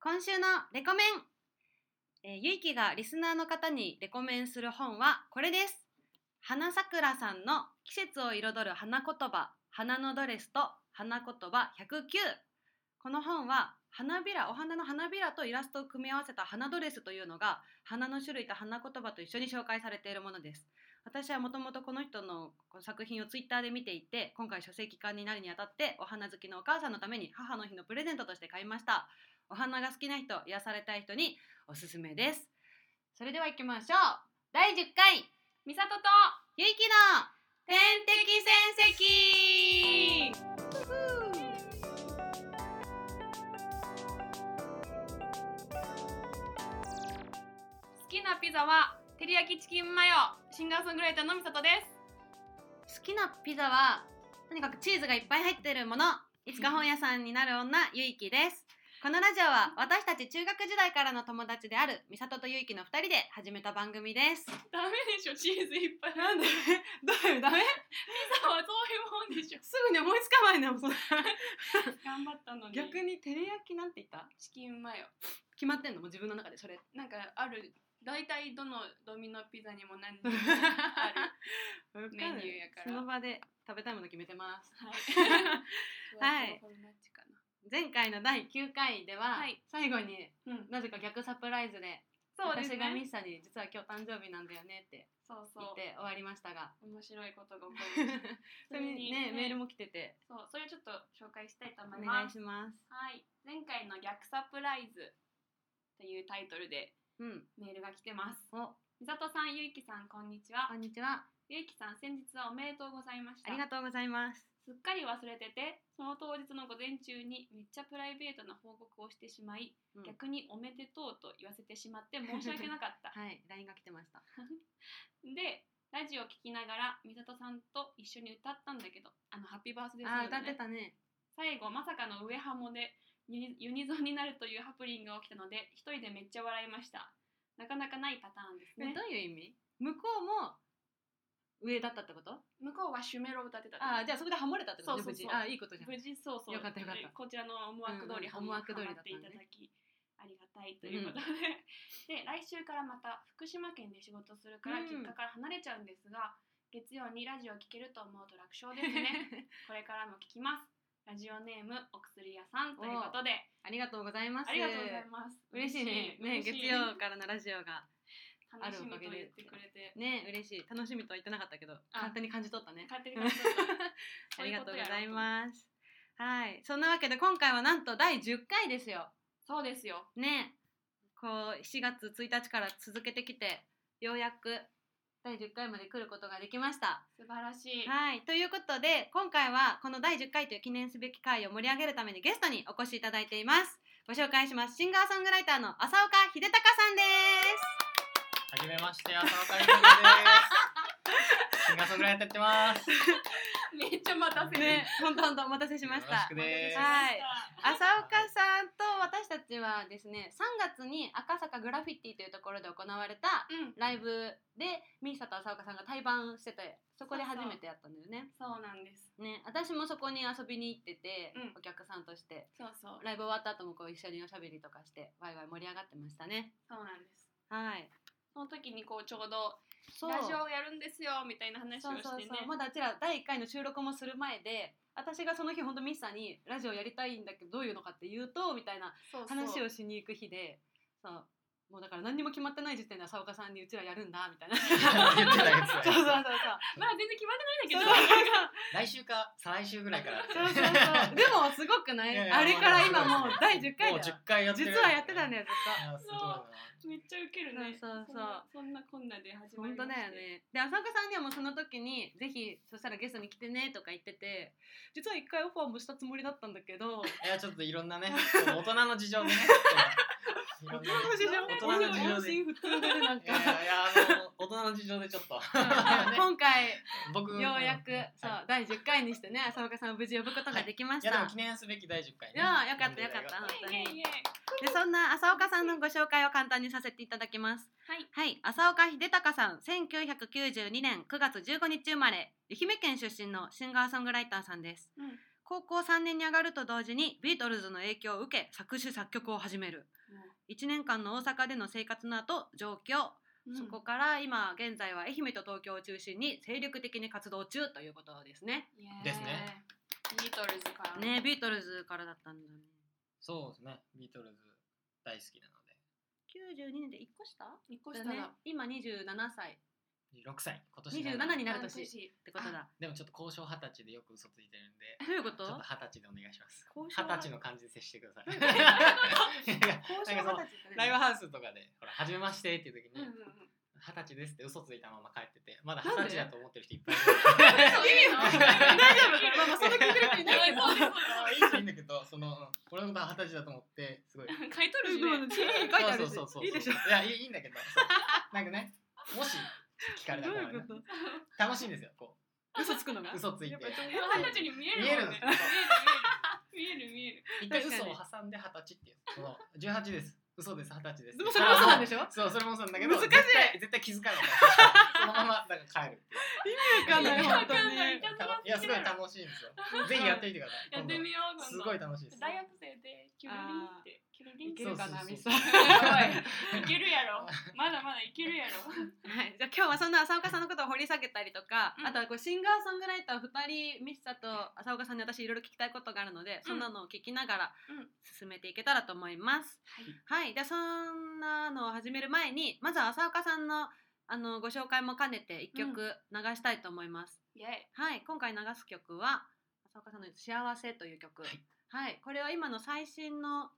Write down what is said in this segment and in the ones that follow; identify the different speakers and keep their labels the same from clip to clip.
Speaker 1: 今週のレコメン、えー、ゆいきがリスナーの方にレコメンする本はこれです花桜さんの季節を彩る花言葉花のドレスと花言葉109この本は花びらお花の花びらとイラストを組み合わせた花ドレスというのが花の種類と花言葉と一緒に紹介されているものです私はもともとこの人の作品をツイッターで見ていて今回書籍化になるにあたってお花好きのお母さんのために母の日のプレゼントとして買いましたお花が好きな人癒されたい人におすすめですそれでは行きましょう第10回
Speaker 2: みさとと
Speaker 1: ゆいきの
Speaker 2: 天敵戦績好きなピザは照り焼きチキンマヨシンガーソングライターのみさとです
Speaker 1: 好きなピザはとにかくチーズがいっぱい入ってるものいつか本屋さんになる女ゆいきですこのラジオは私たち中学時代からの友達である美里とゆいきの2人で始めた番組です
Speaker 2: ダメでしょチーズいっぱい
Speaker 1: なんでどういうダメ
Speaker 2: ピザはそういう もんでしょ
Speaker 1: すぐに思いつかないのよそれ
Speaker 2: 頑張ったのに
Speaker 1: 逆に照り焼きなんて言った
Speaker 2: チキンマヨ
Speaker 1: 決まってんのもう自分の中でそれ
Speaker 2: なんかある大体どのドミノピザにも何に もある
Speaker 1: メ
Speaker 2: メニューやから
Speaker 1: その場で食べたいもの決めてます
Speaker 2: はい
Speaker 1: はい
Speaker 2: ふわふわフォルマッチかな
Speaker 1: 前回の第9回では、
Speaker 2: はい
Speaker 1: 最後に
Speaker 2: うん
Speaker 1: なぜか逆サプライズで
Speaker 2: そうです
Speaker 1: 私がミ
Speaker 2: ね
Speaker 1: ッサに実は今日誕生日なんだよねって
Speaker 2: そうそ
Speaker 1: 言っ
Speaker 2: う
Speaker 1: て終わりました が
Speaker 2: 面白いことが起こる
Speaker 1: それにねメール
Speaker 2: も
Speaker 1: も来てて
Speaker 2: そうそれをちょっと紹介したいと
Speaker 1: お
Speaker 2: 思い
Speaker 1: 願
Speaker 2: ま
Speaker 1: い
Speaker 2: す
Speaker 1: します
Speaker 2: はい前回の逆サプライズというタイトルで
Speaker 1: うん
Speaker 2: メールが来てます
Speaker 1: お
Speaker 2: みさとさんゆいきさんこんにちは
Speaker 1: こんにちは
Speaker 2: ゆいきさん先日はおめでとうございました
Speaker 1: ありがとうございます
Speaker 2: すっかり忘れててその当日の午前中にめっちゃプライベートな報告をしてしまい、
Speaker 1: うん
Speaker 2: 逆におめでとうと言わせてしまって申し訳なか った、
Speaker 1: はい LINE が来てました
Speaker 2: でラジオ聞きながらみさとさんと一緒に歌ったんだけどあのハッピーバースデー
Speaker 1: あー
Speaker 2: ソング
Speaker 1: 歌って
Speaker 2: ね
Speaker 1: たね
Speaker 2: 最後まさかの上ハモでユニユニゾンになるというハプニングが起きたので一人でめっちゃ笑いましたなかなかないパターンですね
Speaker 1: どういう意味向こうも上だったってこと
Speaker 2: 向こうはシュメロを歌ってた
Speaker 1: あーじゃあそこでハモれたってことね
Speaker 2: そ
Speaker 1: 無
Speaker 2: うそう
Speaker 1: 事
Speaker 2: そう
Speaker 1: あーいいことじゃん
Speaker 2: 無事そうそう
Speaker 1: よかったよかった
Speaker 2: こちらの思惑通り
Speaker 1: うんうん
Speaker 2: ハモ
Speaker 1: 思惑通りだった
Speaker 2: ハマってい
Speaker 1: ん
Speaker 2: た
Speaker 1: だね
Speaker 2: だきありがたいということで、で来週からまた福島県で仕事するから
Speaker 1: うん
Speaker 2: 実家から離れちゃうんですが、月曜にラジオ聞けると思うと楽勝 ですねこれからも聞きますラジオネームお薬屋さんということで
Speaker 1: ありがとうございます
Speaker 2: ありがとうございます
Speaker 1: 嬉しいねね
Speaker 2: 嬉し
Speaker 1: 月
Speaker 2: い
Speaker 1: 曜からのラジオがある
Speaker 2: 楽し
Speaker 1: お
Speaker 2: み
Speaker 1: か
Speaker 2: と
Speaker 1: げ
Speaker 2: 言
Speaker 1: で
Speaker 2: ってくれて
Speaker 1: ね嬉しい楽しみとは言ってなかったけど勝手に感じ取ったね
Speaker 2: 勝手に感想が
Speaker 1: ありがとうございますはいそんなわけで今回はなんと第10回ですよ
Speaker 2: そうですよ
Speaker 1: ねこう4月1日から続けてきてようやく第10回まで来ることができました。
Speaker 2: 素晴らしい
Speaker 1: はいということで今回はこの第10回という記念すべき回を盛り上げるためにゲストにお越しいただいています。ご紹介しますシンガーソングライターの浅岡秀隆さんです。
Speaker 3: はじめまして、浅岡ゆうきです。シンガーソングライターやってます。
Speaker 2: めっちゃ待たせる
Speaker 1: ね、本当本当お待たせしまし
Speaker 3: よろ
Speaker 1: た
Speaker 3: しく。です。
Speaker 1: はい
Speaker 2: は
Speaker 1: 浅岡さんと私たちはですね3月に赤坂グラフィティというところで行われた
Speaker 2: い、うん、
Speaker 1: ライブでミーサと浅岡さんが対バンしててそこで初めてやったんだよね
Speaker 2: そうなんです。
Speaker 1: ね私もそこに遊びに行ってて、
Speaker 2: うん
Speaker 1: お客さんとして
Speaker 2: そうそう、
Speaker 1: ライブ終わった後もこう一緒におしゃべりとかしてワイワイ盛り上がってましたね
Speaker 2: そうなんです。
Speaker 1: はい
Speaker 2: その時にこうちょうど
Speaker 1: そう
Speaker 2: ラジオをやるんですよみたいな話
Speaker 1: そ
Speaker 2: を
Speaker 1: う
Speaker 2: してね。
Speaker 1: そうそうまだうちら第1回の収録もする前で私がその日本当ミーサにラジオやりたいんだけどどういうのかって言うとみたいな
Speaker 2: そうそう
Speaker 1: 話をしに行く日でそうもうだから何にも決まってない時点で浅岡さんにうちらやるんだみ たいな
Speaker 3: 言ってたやつ
Speaker 1: そうそうそうそう
Speaker 2: まだ全然決まってないんだ
Speaker 3: 来週か再来週ぐらいから。
Speaker 1: そうそうそうでもすごくない
Speaker 3: いやいや
Speaker 1: あれから今もう第10回
Speaker 3: もう
Speaker 1: だ
Speaker 3: 十
Speaker 1: よ
Speaker 3: 回やってる。
Speaker 1: 実はやってたん
Speaker 3: ね。
Speaker 1: だよずっ
Speaker 3: すごいな。
Speaker 2: けど、めっちゃウケるね。
Speaker 1: そうそうそうん
Speaker 2: なそんなこんなで始
Speaker 1: と
Speaker 2: まり
Speaker 1: 本当
Speaker 2: まして
Speaker 1: だよ。 ねで浅岡さんにはもうその時にぜひそしたらゲストに来てねとか言ってて実は1回オファーもしたつもりだったんだけど
Speaker 3: いやちょっといろんなね、大人の事情でね。いろ
Speaker 1: 大
Speaker 3: ん
Speaker 1: 人
Speaker 3: な
Speaker 1: の事情
Speaker 3: 大人の事情
Speaker 1: 音
Speaker 3: で。い
Speaker 1: 信不通でなん
Speaker 3: やい
Speaker 1: か
Speaker 3: やいやあの大人の事情でちょっと
Speaker 1: 今回
Speaker 3: 僕
Speaker 1: ようやく
Speaker 3: はい
Speaker 1: そう第10回にしてね浅岡さんを無事呼ぶことができまし
Speaker 3: いやでも
Speaker 1: た
Speaker 3: 記念すべき第十回ね
Speaker 1: いやよかったよかった
Speaker 3: なんで
Speaker 1: 本当
Speaker 2: イエ
Speaker 1: に
Speaker 2: イイエイイエイ
Speaker 1: でそんな浅岡さんのご紹介を簡単にさせていただきます
Speaker 2: はい、
Speaker 1: はい浅岡秀隆さん1992年9月15日生まれ愛媛県出身のシンガーソングライターさんです
Speaker 2: うん、
Speaker 1: 高校3年に上がると同時にビートルズの影響を受け作詞作曲を始める1年間の大阪での生活の後上京、
Speaker 2: うん
Speaker 1: そこから今現在は愛媛と東京を中心に精力的に活動中ということですね
Speaker 2: イエーイ
Speaker 3: ですね
Speaker 2: ビートルズから
Speaker 1: ねビートルズからだったんだね
Speaker 3: そうですね。ビートルズ大好きなの
Speaker 1: 92年で1個下
Speaker 2: 一個
Speaker 1: だ
Speaker 2: 下
Speaker 1: ね
Speaker 2: だ
Speaker 1: 今27歳
Speaker 3: で、6歳、今年
Speaker 1: 27に
Speaker 3: な
Speaker 1: なる
Speaker 2: 半
Speaker 1: 年ってことだ
Speaker 3: でもちょっと交渉二十歳でよく嘘ついてるんで、
Speaker 1: どういうこ
Speaker 3: ちょ
Speaker 1: と
Speaker 3: っと二十歳でお願いします。
Speaker 1: 交
Speaker 3: 二
Speaker 1: 渉は
Speaker 3: 十歳の感じで接してください。
Speaker 1: うん
Speaker 3: 交
Speaker 1: 交渉二十歳
Speaker 3: の
Speaker 1: って何
Speaker 3: ライブハウスとかで、ほら、初めましてっていう時
Speaker 2: う んう
Speaker 3: に
Speaker 2: ん、うん
Speaker 3: 二十歳ですって嘘ついたまま帰ってて、まだ
Speaker 1: な
Speaker 3: 二
Speaker 1: んで
Speaker 3: 十歳だと思ってる人いっぱい
Speaker 2: 大
Speaker 3: いる。
Speaker 2: 丈夫
Speaker 1: まあまあその聞いてる人いないけど
Speaker 2: そうそうそう
Speaker 3: い い人いいんだけど、その、俺のこと二十歳だと思って、すごい。
Speaker 2: 買い取るしね
Speaker 1: 地位に書いてあるし
Speaker 3: そうそうそうそう
Speaker 1: いいでしょ
Speaker 3: いやいいいいんだけどそうなんかねもし聞かれた
Speaker 1: どう
Speaker 3: ら、
Speaker 1: い
Speaker 3: ね
Speaker 1: う、こ
Speaker 3: 楽しいんですよこ
Speaker 1: と嘘つくのが
Speaker 3: う嘘ついて
Speaker 1: やっぱり
Speaker 2: 二十歳に見える
Speaker 3: 見える
Speaker 2: も
Speaker 3: ん
Speaker 2: ん
Speaker 3: です
Speaker 2: ね
Speaker 3: よ
Speaker 2: 見える見える
Speaker 3: 一回
Speaker 1: 確
Speaker 3: 嘘
Speaker 1: か
Speaker 3: を
Speaker 1: に
Speaker 3: 挟んで二十歳っていうその十八です嘘です二十歳です
Speaker 1: でもそれも嘘なんでしょ
Speaker 3: そうそれも嘘なんだけど
Speaker 1: 難しい
Speaker 3: 絶対絶対気づかないからそのままなんか帰るっていう
Speaker 1: わかんない
Speaker 3: 意味
Speaker 1: 本
Speaker 3: わ
Speaker 1: 当
Speaker 2: かんない
Speaker 1: に
Speaker 2: 痛すぎる
Speaker 3: いやすごい楽しいんですよぜひやってみてください
Speaker 2: やってみよう
Speaker 3: 今度
Speaker 2: 今
Speaker 3: す
Speaker 2: 度
Speaker 3: ごい楽しいです
Speaker 2: 大学生でキュルリンってキュルリン
Speaker 1: い
Speaker 2: っ
Speaker 1: け
Speaker 2: て
Speaker 1: るかな
Speaker 3: そう
Speaker 1: み
Speaker 3: そう
Speaker 1: さ
Speaker 3: そ
Speaker 1: ん
Speaker 3: う
Speaker 1: は
Speaker 2: おいいけるやろまだまだいけるやろ
Speaker 1: いじゃあ今日はそんな浅岡さんのことを掘り下げたりとか、
Speaker 2: うん
Speaker 1: あとはこうシンガーソングライター2人ミッサと浅岡さんに私いろいろ聞きたいことがあるので、そんなのを聞きながら
Speaker 2: うん
Speaker 1: 進めていけたらと思います。はい、でそんなのを始める前にまずは浅岡さんのあのご紹介も兼ねて一曲流したいと思います。
Speaker 2: イエイ
Speaker 1: はい、今回流す曲は浅岡さんの「幸せ」という曲。は
Speaker 3: はいい、
Speaker 1: これは今の最新の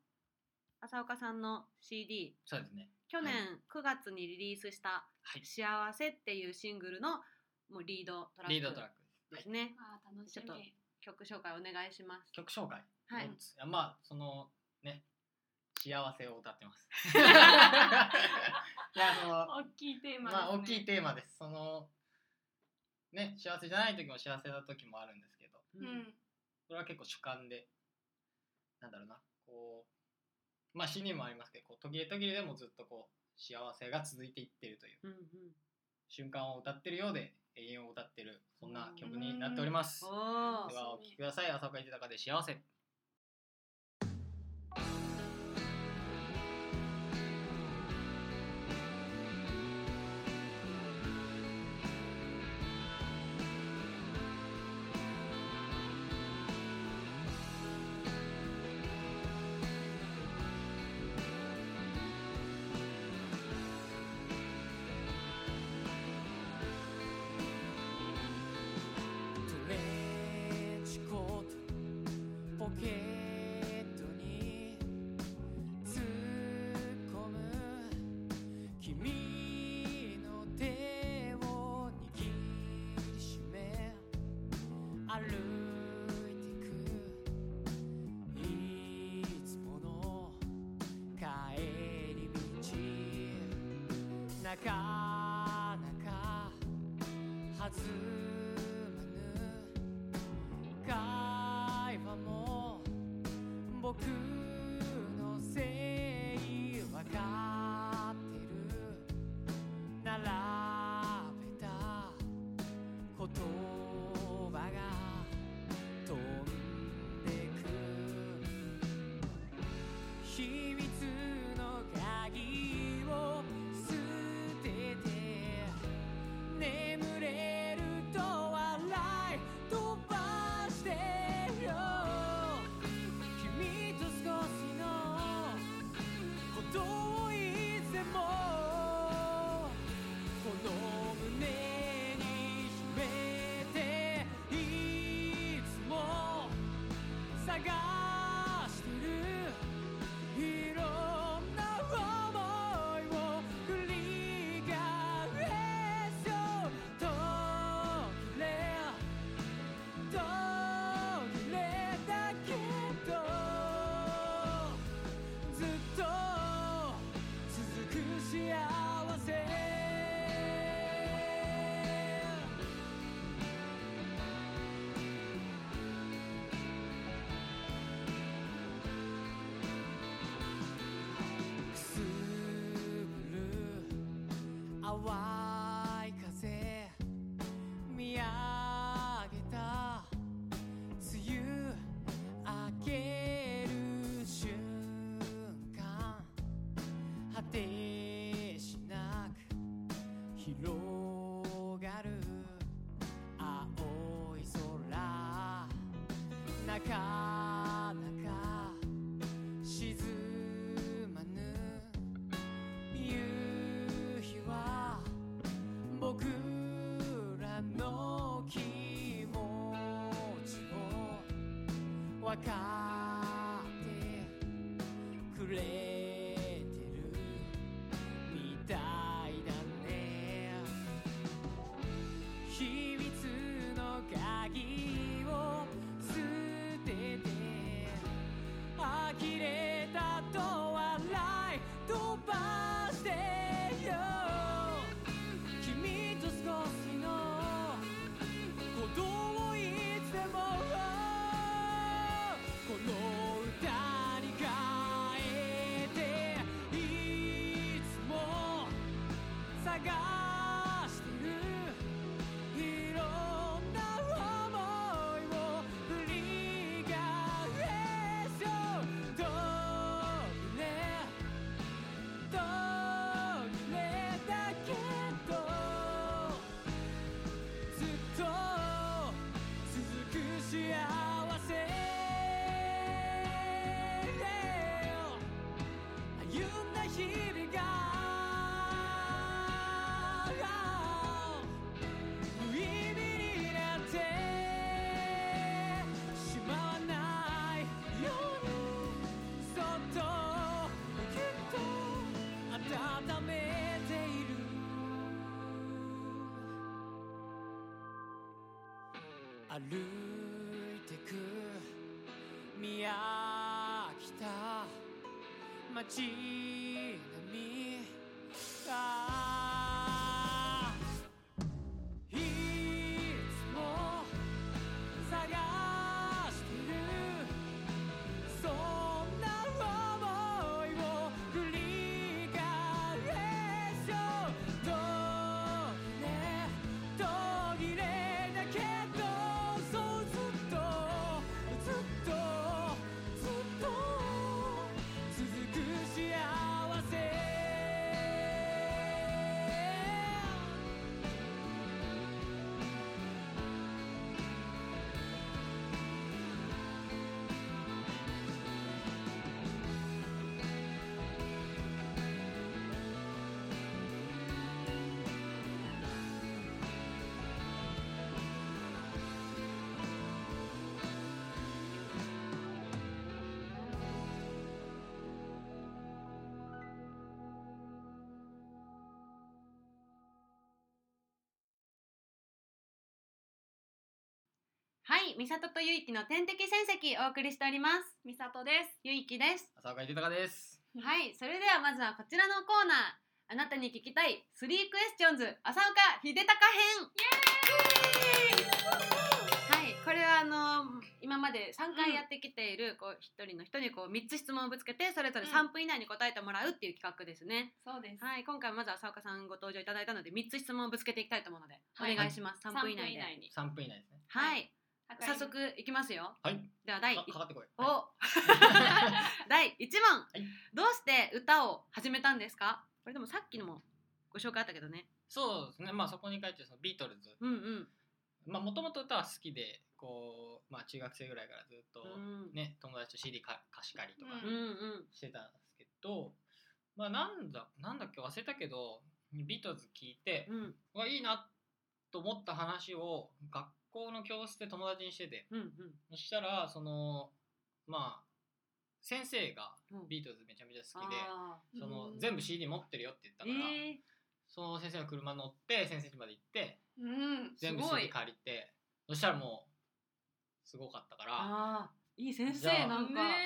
Speaker 1: 浅岡さんの CD
Speaker 3: そうですね
Speaker 1: 去年9月にリリースした「
Speaker 3: はい
Speaker 1: 幸せ」っていうシングルのもうリードトラ
Speaker 3: リードトラ
Speaker 1: ッ
Speaker 3: ッ
Speaker 1: ク
Speaker 3: ク
Speaker 1: で
Speaker 3: ですす、はい、
Speaker 1: ね。
Speaker 2: あー楽し
Speaker 1: ちょっと
Speaker 2: み
Speaker 1: 曲紹介お願いします。
Speaker 3: 曲紹介
Speaker 1: はい
Speaker 3: うんやまあそのね幸せを歌っ てますいやその
Speaker 2: 大きいテーマですね
Speaker 3: まあ大きいテーマです。そのね幸せじゃない時も幸せな時もあるんですけど、
Speaker 1: う
Speaker 2: うんん
Speaker 3: それは結構主観でなんだろうなこうまあ死にもありますけどこう途切れ途切れでもずっとこう幸せが続いていってるという
Speaker 1: うんうん、
Speaker 3: 瞬間を歌ってるようで永遠を歌ってるそんな曲になっております。で
Speaker 1: お
Speaker 2: ん
Speaker 1: ー
Speaker 3: はお聴きください浅岡豊で幸せ。
Speaker 4: トレチコートポケットに突っ込む君の手を握りしめ歩いてくいつもの帰り道なかなか弾む会話も僕のせいわかってる並べた言葉が飛んでく秘密の鍵を捨ててかなか沈まぬ夕日は僕らの気持ちを分かってくれてるみたいだね秘密の鍵を捨てて呆れたと笑い飛ばしてよ君と少しのことをいつでもこの歌に変えていつも探してるいろんな想いを振り返そうどれどれだけどずっと続く幸せ歩んだ日々が無意味になってしまわないようにそっとぎゅっと温めている歩いてく見飽きた街並みああ「いつも探してる」「そんな想いを繰り返そう」「途切れ途切れだけどそうずっとずっとずっと続く幸せ」
Speaker 1: はい、美里とゆいきの天敵戦績お送りしております。
Speaker 2: みさとです
Speaker 1: ゆいきです。
Speaker 3: 浅岡豊です。
Speaker 1: はい、それではまずはこちらのコーナー。あなたに聞きたい3クエスチョンズ浅岡秀隆編はい、これはあの今まで3回やってきているこう一人の人にこう3つ質問をぶつけてそれぞれ3分以内に答えてもらうっていう企画ですね、
Speaker 2: そうです
Speaker 1: はい、今回まず浅岡さんご登場いただいたので3つ質問をぶつけていきたいと思うので、
Speaker 2: はい
Speaker 1: お願いします3分以内で
Speaker 2: に
Speaker 3: 3分以内ですね。
Speaker 1: はい、
Speaker 2: 高い
Speaker 1: 早速いきますよ
Speaker 3: はい。
Speaker 1: では第
Speaker 3: か
Speaker 1: 一
Speaker 3: かかってこい。
Speaker 1: お、
Speaker 3: は
Speaker 1: 第1問、
Speaker 3: い
Speaker 1: どうして歌を始めたんですかこれでもさっきのもご紹介あったけどね
Speaker 3: いそうですね。まあそこに書いてるそのビートルズ。
Speaker 1: うんうん
Speaker 3: まあもともと歌は好きで、こうまあ中学生ぐらいからずっと
Speaker 1: うん
Speaker 3: ね、友達と CD か貸し借りとか
Speaker 1: うんうん
Speaker 3: してたんですけど、まあなんだなんだっけ忘れたけど、ビートルズ聞いて、
Speaker 1: うん
Speaker 3: うわいいなと思った話を学校の教室で友達にしてて、
Speaker 1: うん
Speaker 3: そしたらそのまあ先生が
Speaker 1: うん
Speaker 3: ビートルズめちゃめちゃ好きで。
Speaker 1: あ
Speaker 3: その
Speaker 2: うん
Speaker 3: 全部 CD 持ってるよって言った
Speaker 1: ー
Speaker 3: から、
Speaker 1: え
Speaker 3: その先生の車乗って先生家まで行って
Speaker 2: うん
Speaker 3: 全部
Speaker 1: すごい
Speaker 3: CD 借りてそしたらもうすごかった
Speaker 1: ー、
Speaker 3: か
Speaker 1: あーいい先
Speaker 3: じ
Speaker 1: 生
Speaker 3: ゃあ
Speaker 1: なんか、
Speaker 3: らね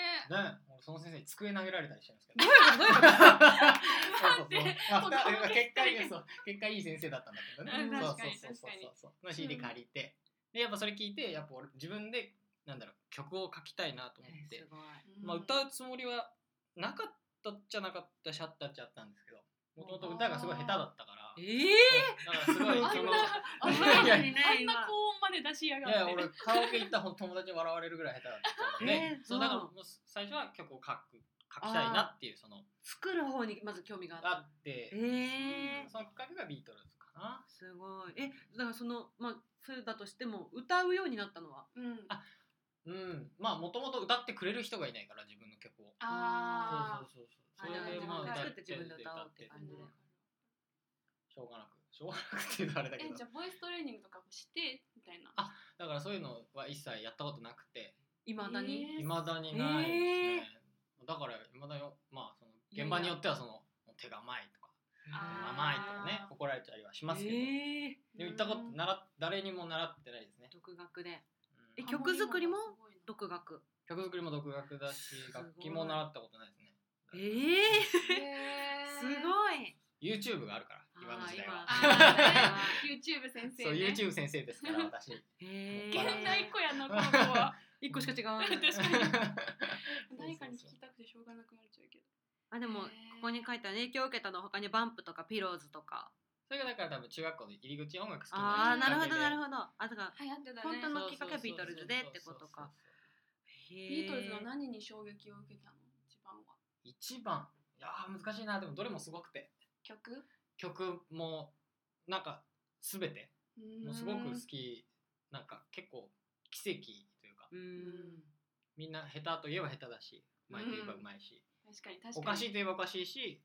Speaker 3: 俺その先生に机投げられたりしてるんですけど
Speaker 1: どういうことどういうこと
Speaker 3: そうそうそうまあ
Speaker 2: 子供みた
Speaker 3: だから
Speaker 2: い
Speaker 3: 結果いいそう結果いい先生だったんだけどね
Speaker 1: うん
Speaker 3: そう
Speaker 2: 確かに
Speaker 3: そうそう
Speaker 2: 確かに
Speaker 3: そうそうの CD 借りてでやっぱそれ聞いてやっぱ俺自分でなんだろう曲を書きたいなと思って
Speaker 1: すごい
Speaker 3: まあ、歌うつもりはなかったっちゃなかったしあったっちゃあったんですけどもともと歌がすごい下手だったから
Speaker 1: え
Speaker 3: うんだからすごいその
Speaker 1: ー、
Speaker 3: いやい
Speaker 1: に
Speaker 3: や
Speaker 1: ね
Speaker 2: あん
Speaker 1: 今
Speaker 2: な高音まで出しやがっ
Speaker 3: い
Speaker 2: て
Speaker 3: や俺カラオケ行ったら友達に笑われるぐらい下手だったので、
Speaker 1: えー
Speaker 3: そ
Speaker 1: そう
Speaker 3: うだからもう最初は曲を書く書きたいなっていうその
Speaker 1: 作る方にまず興味があった
Speaker 3: あって
Speaker 1: えー、
Speaker 3: そのきっかけがビートルズかな
Speaker 1: すごいえだからそのまあそれだとしても歌うようになったのは
Speaker 2: うん
Speaker 3: あうんまあもともと歌ってくれる人がいないから自分の曲を
Speaker 2: あ
Speaker 3: そうそう
Speaker 1: あ
Speaker 3: そうそう
Speaker 1: だから自
Speaker 3: それで
Speaker 1: 分
Speaker 3: ま
Speaker 1: で
Speaker 3: あ
Speaker 1: 作
Speaker 3: 歌
Speaker 1: っ
Speaker 3: ってて
Speaker 1: 自分で歌おうって
Speaker 2: あ
Speaker 1: 感じで
Speaker 3: しょうがなくしょうがなくっていうとあれだけ
Speaker 2: え
Speaker 3: ど
Speaker 2: じゃあボイストレーニングとかもしてみたいな
Speaker 3: あだからそういうのは一切やったことなくて
Speaker 1: いまだに、
Speaker 2: えー
Speaker 3: いまだにないですね、だからいまだよまあその現場によってはその手が甘いとか
Speaker 2: あー
Speaker 3: 甘いとかね怒られたりはしますけど、
Speaker 1: えー
Speaker 3: でも言ったことなら誰にも習ってないですね、
Speaker 1: 独学で
Speaker 3: うん
Speaker 1: え曲作りも
Speaker 2: ハモニーもす
Speaker 1: 独学
Speaker 3: 曲作りも独学だし
Speaker 1: すごい
Speaker 3: 楽器も習ったことないですね
Speaker 1: え
Speaker 2: ごい
Speaker 1: ー、
Speaker 2: なへー
Speaker 1: すごい
Speaker 3: YouTube があるから今の時代は
Speaker 1: あ
Speaker 2: あーね YouTube 先生
Speaker 3: そう
Speaker 2: ね
Speaker 3: YouTube 先生ですから私
Speaker 1: え
Speaker 2: 現
Speaker 1: ー、
Speaker 2: 代っ子やなこの子 は
Speaker 1: 一個しか違わない
Speaker 2: 確かに誰かに
Speaker 3: そうそうそ
Speaker 2: 聞きた
Speaker 3: う
Speaker 2: くてしょうがなくなっちゃうけど
Speaker 1: あでも
Speaker 2: へ
Speaker 1: こ
Speaker 2: ー
Speaker 1: こに書いてある影響を受けたのは他にバンプとかピローズとか
Speaker 3: それがだから多分中学校の入り口音楽好き
Speaker 1: ああ
Speaker 3: きっ
Speaker 1: な
Speaker 3: かけ
Speaker 1: るほ
Speaker 3: で
Speaker 1: どなるほどあだから
Speaker 2: 流行ってたね
Speaker 1: 本当の
Speaker 3: そう
Speaker 1: きっかけはビートルズでってことか
Speaker 2: ビートルズの何に衝撃を受けたの一番は
Speaker 3: 一番いやー難しいなでもどれもすごくて
Speaker 2: 曲
Speaker 3: 曲もなんか全てもうすごく好きなんか結構奇跡というか
Speaker 1: うーん
Speaker 2: ん
Speaker 3: みんな下手といえば下手だしうまいといえばうまいし、
Speaker 2: 確かに確かに
Speaker 3: おかしいといえばおかしいし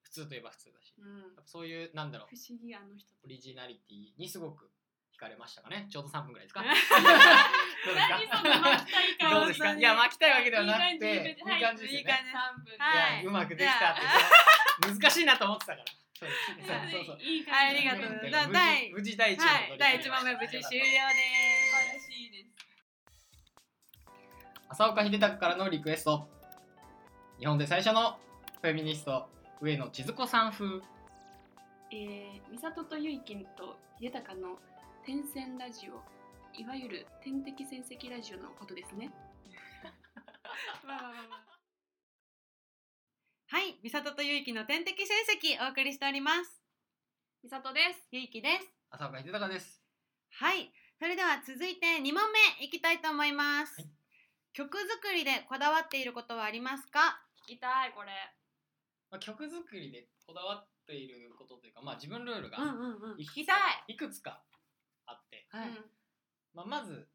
Speaker 3: 普通といえば普通だし、
Speaker 2: うん
Speaker 3: やっぱそういうなんだろう
Speaker 2: 不思議あの人
Speaker 3: オリジナリティにすごく惹かれましたかねちょうど3分ぐら いですかどう
Speaker 2: 何
Speaker 3: で
Speaker 2: その巻きたい
Speaker 3: すか
Speaker 2: 顔
Speaker 3: どうですかいや巻きたいわけではなく
Speaker 2: いい感じ
Speaker 3: ていい感じで
Speaker 1: い
Speaker 3: すよ
Speaker 1: い
Speaker 3: ね
Speaker 1: 感
Speaker 2: 三分
Speaker 1: はい
Speaker 3: いやうまくできたってさ難しいなと思ってたからそうそうそうそう
Speaker 2: いい感
Speaker 1: はい
Speaker 2: じ
Speaker 1: ありがとうございます
Speaker 3: 無事
Speaker 1: だ第
Speaker 3: 無事第一
Speaker 1: じ
Speaker 3: 問
Speaker 1: はい第一問目無事終了で
Speaker 2: 素晴らしいです
Speaker 3: 浅岡秀拓からのリクエスト日本で最初のフェミニスト上野千鶴子さん風
Speaker 2: えー、美里とゆいきんと秀高の天線ラジオいわゆる天敵戦績ラジオのことです ねまあまあまあまあ
Speaker 1: すはい美里とゆいきの天敵成績お送りしております
Speaker 2: 美里です
Speaker 1: ゆいきです
Speaker 3: 浅岡秀隆です
Speaker 1: はいそれでは続いて二問目いきたいと思います、
Speaker 3: はい
Speaker 1: 曲作りでこだわっていることはありますか
Speaker 2: 聞きたい これ
Speaker 3: まあ、曲作りでこだわっていることというか、まあ、自分ルールが
Speaker 1: うん
Speaker 3: いくつ
Speaker 1: 聞
Speaker 3: か
Speaker 1: きたい
Speaker 3: いくつかあって、
Speaker 1: はい、
Speaker 2: うん
Speaker 3: まあ、まず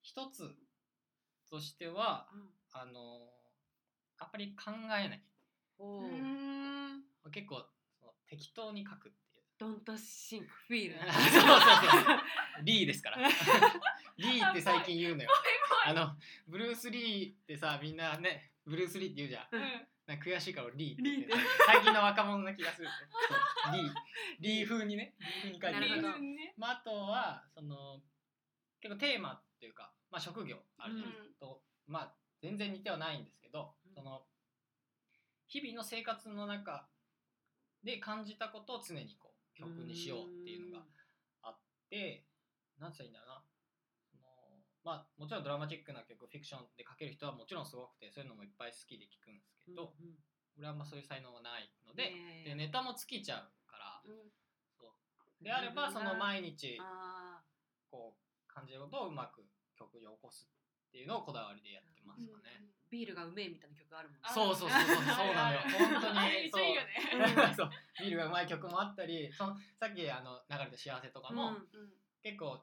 Speaker 3: 一つとしては
Speaker 1: うん
Speaker 3: あのあんまり考えない
Speaker 1: おー
Speaker 2: ん
Speaker 3: 結構その適当に書くっていう
Speaker 1: Don't think feel
Speaker 3: そうそう そうリーですからリーって最近言うのよあのブルース・リーってさみんなねブルース・リーって言うじゃん なんか悔しいからリーって言って最近の若者な気がする ねそうリーリー風にねリー風に書いて
Speaker 1: なるほ
Speaker 3: る
Speaker 1: ど
Speaker 2: ね
Speaker 3: まあ、あとはその結構テーマっていうか、まあ、職業あるじゃないですか、とまあ、全然似てはないんですけど、
Speaker 1: うん
Speaker 3: その日々の生活の中で感じたことを常にこう曲にしようっていうのがあって何て言ったらいいんだろうなその、まあ、もちろんドラマチックな曲フィクションで書ける人はもちろんすごくてそういうのもいっぱい好きで聞くんですけど、
Speaker 1: うんうん
Speaker 3: 俺はあんまそういう才能がないので,、
Speaker 1: ねえ
Speaker 3: でネタも尽きちゃうから
Speaker 2: うん
Speaker 3: そうであればその毎日
Speaker 1: あ
Speaker 3: こう感じることをうまく曲に起こすっていうのをこだわりでやってますか
Speaker 1: ー
Speaker 3: ね。
Speaker 1: ビールがうめえみたいな曲あるもんね
Speaker 2: うん
Speaker 3: そうそうそうそうそうなのよ本当に
Speaker 2: あれめっちゃいいよね
Speaker 3: そうビールがうまい曲もあったりそのさっきあの流れた「幸せ」とかも、
Speaker 1: うん
Speaker 2: うん
Speaker 3: 結構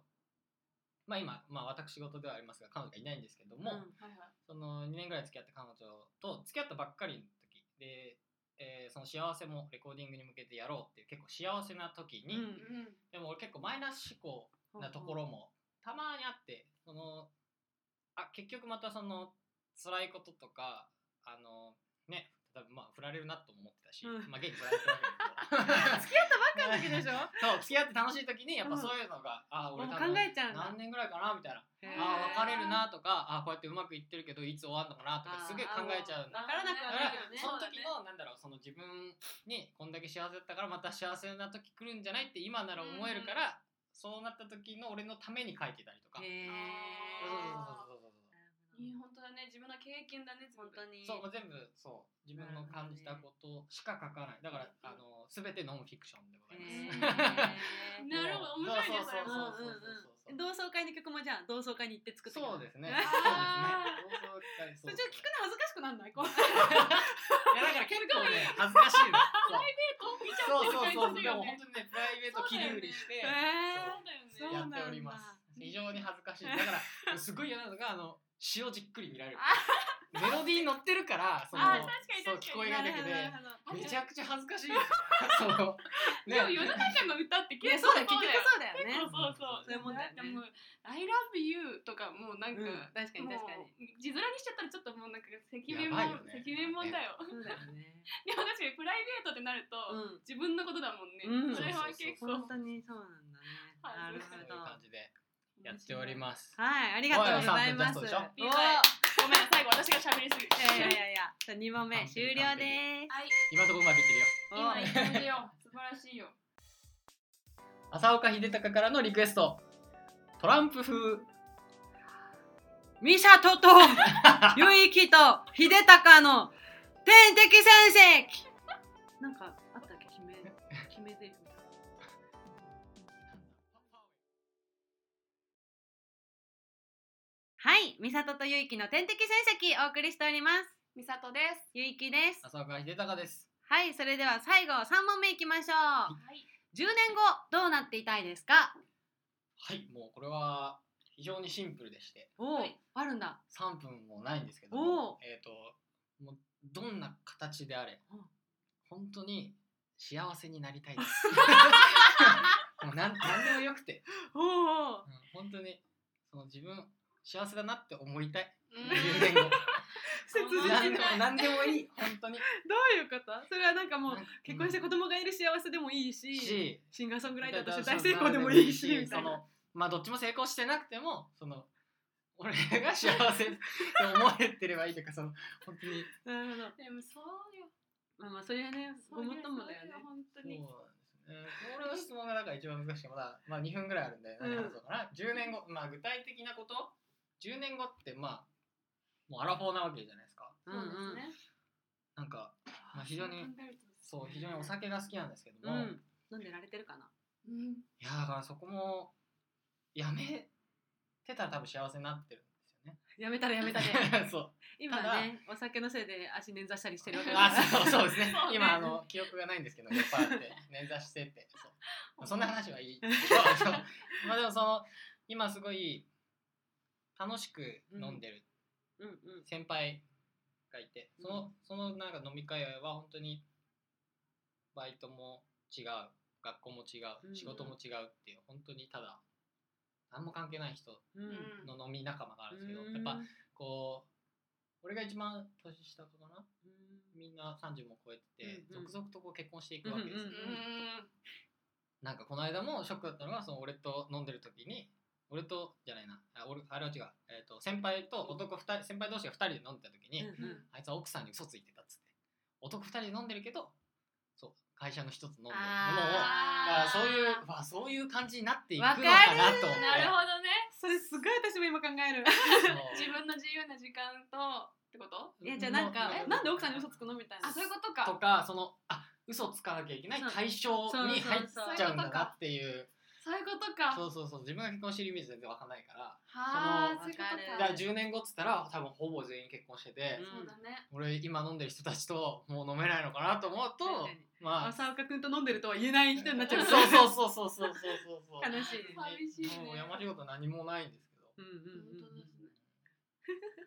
Speaker 3: まあ今、まあ、私事ではありますが彼女がいないんですけども、
Speaker 1: うん
Speaker 2: はいはい
Speaker 3: その2年ぐらい付き合った彼女と付き合ったばっかりの時で、えーその幸せもレコーディングに向けてやろうっていう結構幸せな時に、
Speaker 1: うん
Speaker 2: うん
Speaker 3: でも俺結構マイナス思考なところもたまにあってそのあ結局またその辛いこととかあのね例えばまあ振られるなとも思ってたし、
Speaker 1: うん
Speaker 3: まあ現に振られてるわけだけど
Speaker 1: 付き合ったばっかの時でしょ
Speaker 3: そう付き合って楽しい時にやっぱそういうのが、あ俺
Speaker 1: もう
Speaker 3: 多
Speaker 1: 考
Speaker 3: 分
Speaker 1: えちゃうんだ
Speaker 3: 何年ぐらいかなみたいな、
Speaker 1: へ
Speaker 2: ー
Speaker 3: あ別れるなとかあこうやってうまくいってるけどいつ終わるのかなとか
Speaker 1: あー
Speaker 3: すげえ考えちゃう
Speaker 1: 分
Speaker 3: ん
Speaker 2: あ
Speaker 3: だ
Speaker 2: ー
Speaker 1: からなく
Speaker 3: だ
Speaker 1: は
Speaker 3: か
Speaker 1: ない
Speaker 3: ら
Speaker 1: けどね
Speaker 3: その時のなんだろうその自分にこんだけ幸せだったからまた幸せな時来るんじゃないって今なら思えるから、そうなった時の俺のために書いてたりとか、
Speaker 1: へー
Speaker 3: そうそうそうそうそう
Speaker 2: いい本当だね自分の経験だね
Speaker 1: 本当に
Speaker 3: そうもう全部そう自分の感じたことしか書かないだからあの全てノンフィクションでございます、
Speaker 1: へー
Speaker 2: なるほど面白いね
Speaker 3: そう
Speaker 2: それ
Speaker 1: う
Speaker 2: も
Speaker 1: ん
Speaker 3: そう
Speaker 1: う
Speaker 3: そう
Speaker 1: んうん同窓会の曲もじゃあ同窓会に行って作ってきた
Speaker 3: そうですね
Speaker 1: それちょっと聞
Speaker 2: あ
Speaker 3: そうですね同窓会そうですね
Speaker 1: くの恥ずかしくなんないこう
Speaker 3: いやだから結構ね恥ずかしいの
Speaker 2: 見ちゃ
Speaker 3: そ
Speaker 2: っ
Speaker 3: う
Speaker 2: て
Speaker 3: そうそうそう
Speaker 2: る
Speaker 3: でも
Speaker 2: 感じ
Speaker 3: 本当にねプライベート切り売りして
Speaker 1: へー
Speaker 2: だよね
Speaker 1: そ
Speaker 2: そうう
Speaker 1: だ
Speaker 2: だ
Speaker 1: よ
Speaker 2: よ
Speaker 3: や
Speaker 1: ね
Speaker 2: ね
Speaker 3: っておりま
Speaker 1: そうなんだ
Speaker 3: す非常に恥ずかしいだからすごい嫌なのがあの詩をじっくり見られる
Speaker 5: あ
Speaker 3: メロディー乗ってるからその
Speaker 5: あ確かに
Speaker 3: そう
Speaker 5: 確
Speaker 3: 聞
Speaker 5: か
Speaker 3: こえ
Speaker 5: に
Speaker 3: が
Speaker 1: なる
Speaker 3: 出て
Speaker 1: ほどなるほ
Speaker 3: て
Speaker 1: ど
Speaker 3: めちゃくちゃ恥ずかしいですその
Speaker 2: でも世の中の歌って
Speaker 1: いやそ
Speaker 2: 結構
Speaker 1: うだよ結
Speaker 2: そう
Speaker 1: 局
Speaker 2: だよ
Speaker 1: そうだよね
Speaker 2: そうそうそう。
Speaker 1: そういうもんだよね
Speaker 2: ってもう I love you とかもうなんか、
Speaker 1: うん確かに確かに
Speaker 2: もう字面にしちゃったらちょっともうなんか赤面
Speaker 3: やばいよ
Speaker 2: も、
Speaker 3: ね
Speaker 2: 赤面もんだよ。
Speaker 1: そうだよね
Speaker 2: でも確かにプライベートってなると、
Speaker 1: うん
Speaker 2: 自分のことだもんね。
Speaker 1: うん
Speaker 2: それは結構。
Speaker 1: 本当にそうなんだねなる
Speaker 2: そ
Speaker 1: ほ
Speaker 3: そういう
Speaker 1: ど
Speaker 3: 感じでやっております
Speaker 1: はいありがとうございます
Speaker 3: お
Speaker 1: お
Speaker 3: い
Speaker 1: ーい
Speaker 3: おいさん
Speaker 2: ごめん最後私が喋りすぎ。
Speaker 1: やいやいやいやじゃあ二問目終了で
Speaker 2: はい
Speaker 3: 今のところうまくいってるよ
Speaker 2: 今
Speaker 1: す
Speaker 2: 一文字よ素晴らしいよ。
Speaker 3: 浅岡秀隆からのリクエストトランプ風
Speaker 1: おミサトとゆいきと秀隆の天敵戦績なんかあったっけ決め決め 台詞はい、ミサトとゆいきの天敵戦績お送りしております
Speaker 2: みさとです。
Speaker 1: ゆいきです
Speaker 3: 浅岡秀隆です
Speaker 1: はい、それでは最後三問目いきましょう
Speaker 2: はい。
Speaker 1: 10年後どうなっていたいですか
Speaker 3: はいもうこれは非常にシンプルでして
Speaker 1: おお、
Speaker 2: はい
Speaker 1: あるんだ
Speaker 3: 3分もないんですけど
Speaker 1: お
Speaker 3: もえっ、ともうどんな形であれ
Speaker 1: うん
Speaker 3: 本当に幸せになりたいです もうなんなんでもよくて、
Speaker 1: おお
Speaker 3: うん本当にその自分幸せだなって思いたい
Speaker 2: うん
Speaker 3: 10年後
Speaker 1: 切
Speaker 2: 実
Speaker 1: な
Speaker 3: ないんでもなんでもいい本当に
Speaker 1: どういうことそれはなんかもう
Speaker 3: なんか
Speaker 1: 結婚して子供がいる幸せでもいいし
Speaker 3: し
Speaker 1: シンガーソング
Speaker 3: ぐ
Speaker 1: ライターとして大成功でもいいしみたいな
Speaker 3: まあどっちも成功してなくてもその俺が幸せって思えてればいいというかその本当に
Speaker 1: なるほど
Speaker 2: でもそうよ。
Speaker 1: まあまあそれはね
Speaker 2: そう
Speaker 1: ご
Speaker 2: よ
Speaker 1: もっともだよね
Speaker 2: そう本当
Speaker 3: そうな
Speaker 2: に。
Speaker 3: んですね。俺の質問がなんか一番難しくてまだ、まあ、2分ぐらいあるんで何話そうかな、10年後、まあ、具体的なこと10年後ってまあもうアラフォーなわけじゃないですか
Speaker 1: う
Speaker 2: そ
Speaker 1: んう
Speaker 2: うんですね。
Speaker 3: なんかまあ非常に
Speaker 2: そう考えると
Speaker 3: そう非常にお酒が好きなんですけど
Speaker 1: う
Speaker 3: も、
Speaker 1: ん飲んでられてるかな
Speaker 2: うん。
Speaker 3: いやだからそこもやめてたら多分幸せになってるん
Speaker 1: やめたらやめた
Speaker 3: です
Speaker 1: で
Speaker 3: よね そう
Speaker 1: 今
Speaker 3: ただ
Speaker 1: ねお酒のせいで足捻挫したりしてるわけだか
Speaker 3: あ
Speaker 1: ら
Speaker 3: そうそうですね
Speaker 2: そうね
Speaker 3: 今あの記憶がないんですけど酔っ払って捻挫してって そうそんな話はいいそうまあでもその今すごい楽しく飲んでる
Speaker 1: うんうん
Speaker 3: 先輩がいて、そのそのなんか飲み会は本当にバイトも違う学校も違
Speaker 1: うん
Speaker 3: う仕事も違うっていう本当にただ何も関係ない人
Speaker 1: うん
Speaker 2: うん
Speaker 3: の飲み仲間があるんですけど、
Speaker 1: うん
Speaker 3: やっぱこう俺が一番年下かな
Speaker 1: うん
Speaker 3: みんな30も超えてて、
Speaker 1: うんうん
Speaker 3: 続々とこう結婚していくわけです、
Speaker 1: うんうん
Speaker 2: う
Speaker 3: なんかこの間もショックだったのがその俺と飲んでる時に俺とじゃないなあ俺あれは違う、えー、と先輩と男2人先輩同士が2人で飲んでた時に、
Speaker 1: うんうん
Speaker 3: あいつは奥さんに嘘ついてたっつって男2人で飲んでるけどそう会社の一つ飲んでるものをだか
Speaker 2: あ
Speaker 3: ら
Speaker 2: ー
Speaker 3: そういうわそういう感じになっていくの
Speaker 1: わ
Speaker 3: か
Speaker 1: か
Speaker 3: な
Speaker 1: る
Speaker 3: と思っ
Speaker 2: ん。なるほどね。
Speaker 1: それすごい私も今考 える
Speaker 3: て
Speaker 2: 自分の自由な時間とってこと
Speaker 3: そう
Speaker 1: いやじゃあなんか
Speaker 3: もう
Speaker 1: なんで奥さんに嘘つくのみたいな
Speaker 2: あそういうこと
Speaker 3: と
Speaker 2: か
Speaker 3: かそのあ嘘つかなきゃいけない対象に入っちゃうんだなっていう
Speaker 2: そういうこと か
Speaker 3: そうそうそう自分が結婚してるイメージ全然わかんないから
Speaker 2: はあ
Speaker 1: その
Speaker 2: そういうことか
Speaker 3: だから10年後っつったら多分ほぼ全員結婚してて、
Speaker 1: うん
Speaker 2: そうだね
Speaker 3: 俺今飲んでる人たちともう飲めないのかなと思うと
Speaker 1: 確かに
Speaker 3: まあ
Speaker 1: 浅岡君と飲んでるとは言えない人になっちゃ
Speaker 3: そううそうそうそうそうそうそう
Speaker 1: 悲しいね
Speaker 2: 寂しいね
Speaker 3: もう山仕事何もないんですけど
Speaker 1: うんうん
Speaker 2: 本
Speaker 1: うん
Speaker 2: 当ですね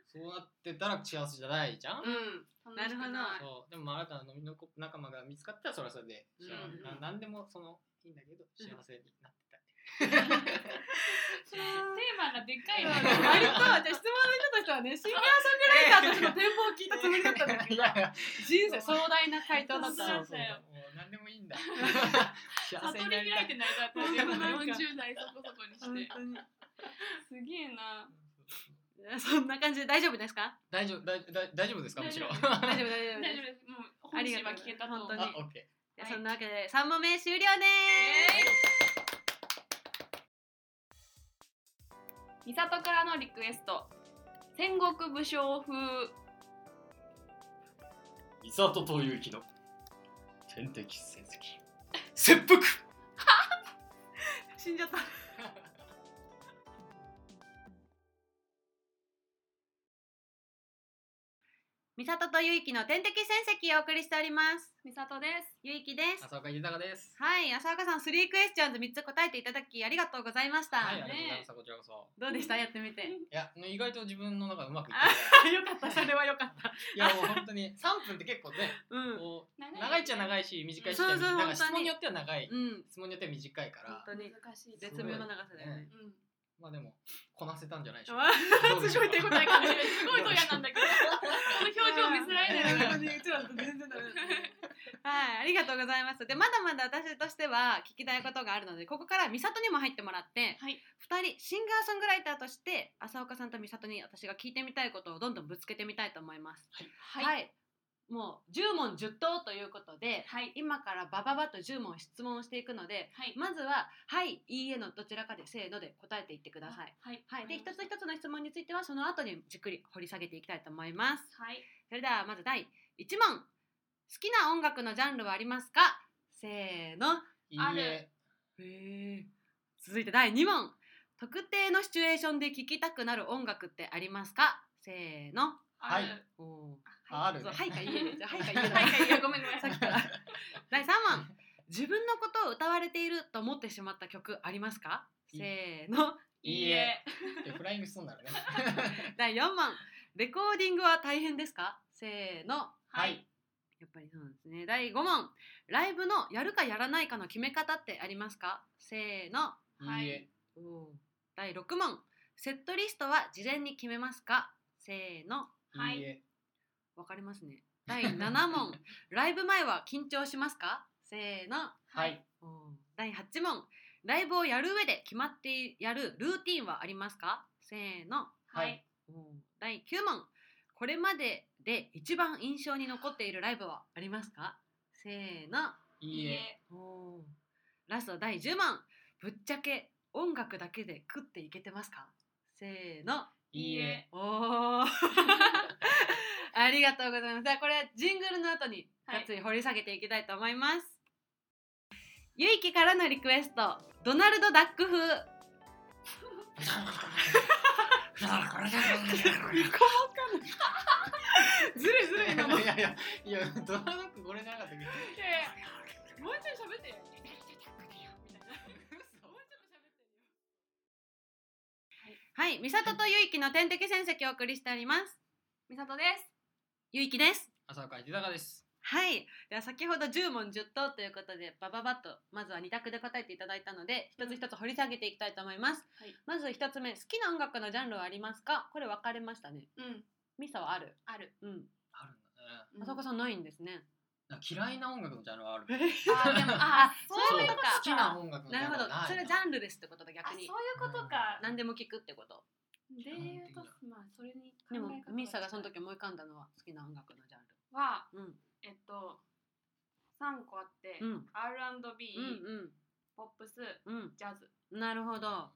Speaker 3: そうなってたら幸せじゃないじゃん、
Speaker 2: うん楽し
Speaker 1: なる
Speaker 2: く
Speaker 1: ほど
Speaker 2: ない
Speaker 3: そうでもまあ新たな飲みの子仲間が見つかったらそれはそれで幸せ、
Speaker 2: うん
Speaker 3: な何でもそのいいんだけど幸せになってたい、
Speaker 2: テーマがでかい
Speaker 1: 割と
Speaker 2: な
Speaker 1: じゃあ質問の人としてはねシンガーソングライターとしての展望を聞いたつもりだったんだけど
Speaker 3: いやいや
Speaker 1: 人生壮大な回答だっ
Speaker 3: そう
Speaker 1: た
Speaker 3: そ
Speaker 1: な
Speaker 3: うそうもう何でもいいんだ幸
Speaker 2: 悟
Speaker 3: せ
Speaker 2: り
Speaker 3: にな
Speaker 2: 開
Speaker 3: りた
Speaker 2: い
Speaker 3: い
Speaker 2: てないだって
Speaker 1: 本当だなんか
Speaker 2: 40代そこそこにして
Speaker 1: に
Speaker 2: すげえな
Speaker 1: そんな感じで大丈夫ですか
Speaker 3: 大丈夫大丈夫大丈夫ですかむしろ
Speaker 2: 大丈夫
Speaker 1: 大丈夫大丈夫
Speaker 2: 大丈夫
Speaker 1: です
Speaker 2: ですもう本心は聞けたと思う
Speaker 1: ありがとうございます本当に
Speaker 3: あ、オッケー。
Speaker 1: じゃあそんなわけで3問目終了でーす
Speaker 2: 美里からのリクエスト戦国武将風
Speaker 3: 伊沢と東遊記の天敵戦績切腹
Speaker 1: 死んじゃ った美里とゆいきの天敵戦績をお送りしております
Speaker 2: みさとです。
Speaker 1: ゆいきです
Speaker 3: 浅岡豊です。
Speaker 1: はい浅岡さんスリークエスチョンズ3つ答えていただきありがとうございました、
Speaker 3: はい、
Speaker 2: ね
Speaker 3: ありがとうございます。こちらこそ。
Speaker 1: どうでしたやってみて よ
Speaker 3: いや、意外と自分の中うまくいっ
Speaker 1: かったそれはよかった
Speaker 3: てる。いや、もう本当に3分って結構ね、
Speaker 1: うん
Speaker 3: こう
Speaker 2: 長い
Speaker 3: 長いっちゃ長いし、短いっちゃ短
Speaker 1: そう
Speaker 3: い。
Speaker 1: そう
Speaker 3: なん
Speaker 1: 本
Speaker 3: か
Speaker 1: 当に
Speaker 3: 質問によっては長い、
Speaker 1: うん
Speaker 3: 質問によっては短いか
Speaker 1: 本
Speaker 3: ら、
Speaker 1: 当に
Speaker 2: 難しいです
Speaker 1: 絶妙な長さだよね
Speaker 3: ねまあでもこなせたんじゃないでしょう
Speaker 1: わ
Speaker 3: か。
Speaker 2: すごい手応え感じる。すごいドヤなんだけど。この表情見づらいのよ。
Speaker 1: 本当にうちらと全然ダメだ はい、ありがとうございます。で、まだまだ私としては聞きたいことがあるので、ここから美里にも入ってもらって、
Speaker 2: はい。
Speaker 1: 二人シンガーソングライターとして浅岡さんと美里に私が聞いてみたいことをどんどんぶつけてみたいと思います。
Speaker 2: はい。
Speaker 1: もう10問10答ということで、
Speaker 2: はい
Speaker 1: 今からバババッと10問質問をしていくので、
Speaker 2: はい。
Speaker 1: まずははい、いいえのどちらかでせーので答えていってください。
Speaker 2: はい。
Speaker 1: はい、で一つ一つの質問についてはその後にじっくり掘り下げていきたいと思います。
Speaker 2: はい。
Speaker 1: それではまず第1問好きな音楽のジャンルはありますかせーの
Speaker 3: いいえ。
Speaker 1: 続いて第2問特定のシチュエーションで聴きたくなる音楽ってありますかせーの
Speaker 3: はい
Speaker 2: ある
Speaker 1: おー
Speaker 3: あある
Speaker 1: そ
Speaker 3: ね
Speaker 1: うはいかいいえですよはいかいいえ
Speaker 2: はいはいいやごめんごめん。
Speaker 1: さっきから第3問自分のことを歌われていると思ってしまった曲ありますか
Speaker 3: い
Speaker 1: せーの
Speaker 3: いいえ。でフライングしそうになるね。
Speaker 1: 第4問レコーディングは大変ですかせーの
Speaker 3: はい。
Speaker 1: やっぱりそうなんですね。第5問。ライブのやるかやらないかの決め方ってありますかせーの。
Speaker 2: はい
Speaker 3: いいえ。
Speaker 1: 第6問。セットリストは事前に決めますかせーの。
Speaker 2: はい
Speaker 3: いいえ。
Speaker 1: わかりますね。第7問。ライブ前は緊張しますかせーの。
Speaker 3: はい。
Speaker 1: 第8問。ライブをやる上で決まってやるルーティンはありますかせーの。
Speaker 2: はい。
Speaker 1: 第9問。これまでで一番印象に残っているライブはありますかせーの。
Speaker 3: いいえ。
Speaker 1: おーラスト第10問ぶっちゃけ音楽だけで食っていけてますかせーの
Speaker 3: いいえ。
Speaker 1: おー ありがとうございますじゃあこれジングルの後に
Speaker 2: はい
Speaker 1: がっつり掘り下げていきたいと思います、ゆいきからのリクエストドナルド・ダック風ずるずる今の
Speaker 3: いやいやいやドラマクこれじゃなかったけど。
Speaker 2: もうちょい喋ってよ。
Speaker 1: はい美里とゆいきの天敵戦績をお送りしております
Speaker 2: みさとです。
Speaker 1: ゆいきです
Speaker 3: 浅岡豊です。
Speaker 1: はい、では先ほど10問10答ということでバババッとまずは2択で答えていただいたので一つ一つ掘り下げていきたいと思います、
Speaker 2: はい
Speaker 1: まず1つ目好きな音楽のジャンルはありますかこれ分かれましたね
Speaker 2: うん。
Speaker 1: ミサはある
Speaker 2: ある。
Speaker 1: うん
Speaker 3: あるんだね。
Speaker 1: 浅岡さんないんですね、
Speaker 3: なんか嫌いな音楽のジャンルはある。
Speaker 2: あでもあ
Speaker 1: そ
Speaker 2: そうう
Speaker 1: い
Speaker 2: いうう
Speaker 1: こか
Speaker 2: こととか。
Speaker 3: 好きな音楽のジ
Speaker 1: な
Speaker 3: ャ
Speaker 1: る
Speaker 3: ン
Speaker 1: ほ
Speaker 3: ル
Speaker 1: ど
Speaker 3: はない。
Speaker 1: それジャンルですってことだ
Speaker 2: あ
Speaker 1: 逆
Speaker 2: そうい
Speaker 1: に
Speaker 2: うことか。
Speaker 1: 何でも聞くってこと
Speaker 2: で
Speaker 3: うん
Speaker 2: とまあそれに考え
Speaker 1: でも
Speaker 2: 方が
Speaker 1: ミサがその時思い浮かんだのは好きな音楽のジャン
Speaker 2: は
Speaker 1: ル、うん、
Speaker 2: えっと三個あって、
Speaker 1: うん
Speaker 2: R&B、
Speaker 1: うん
Speaker 2: ポップス、
Speaker 1: うん
Speaker 2: ジャズ
Speaker 1: うんなるほど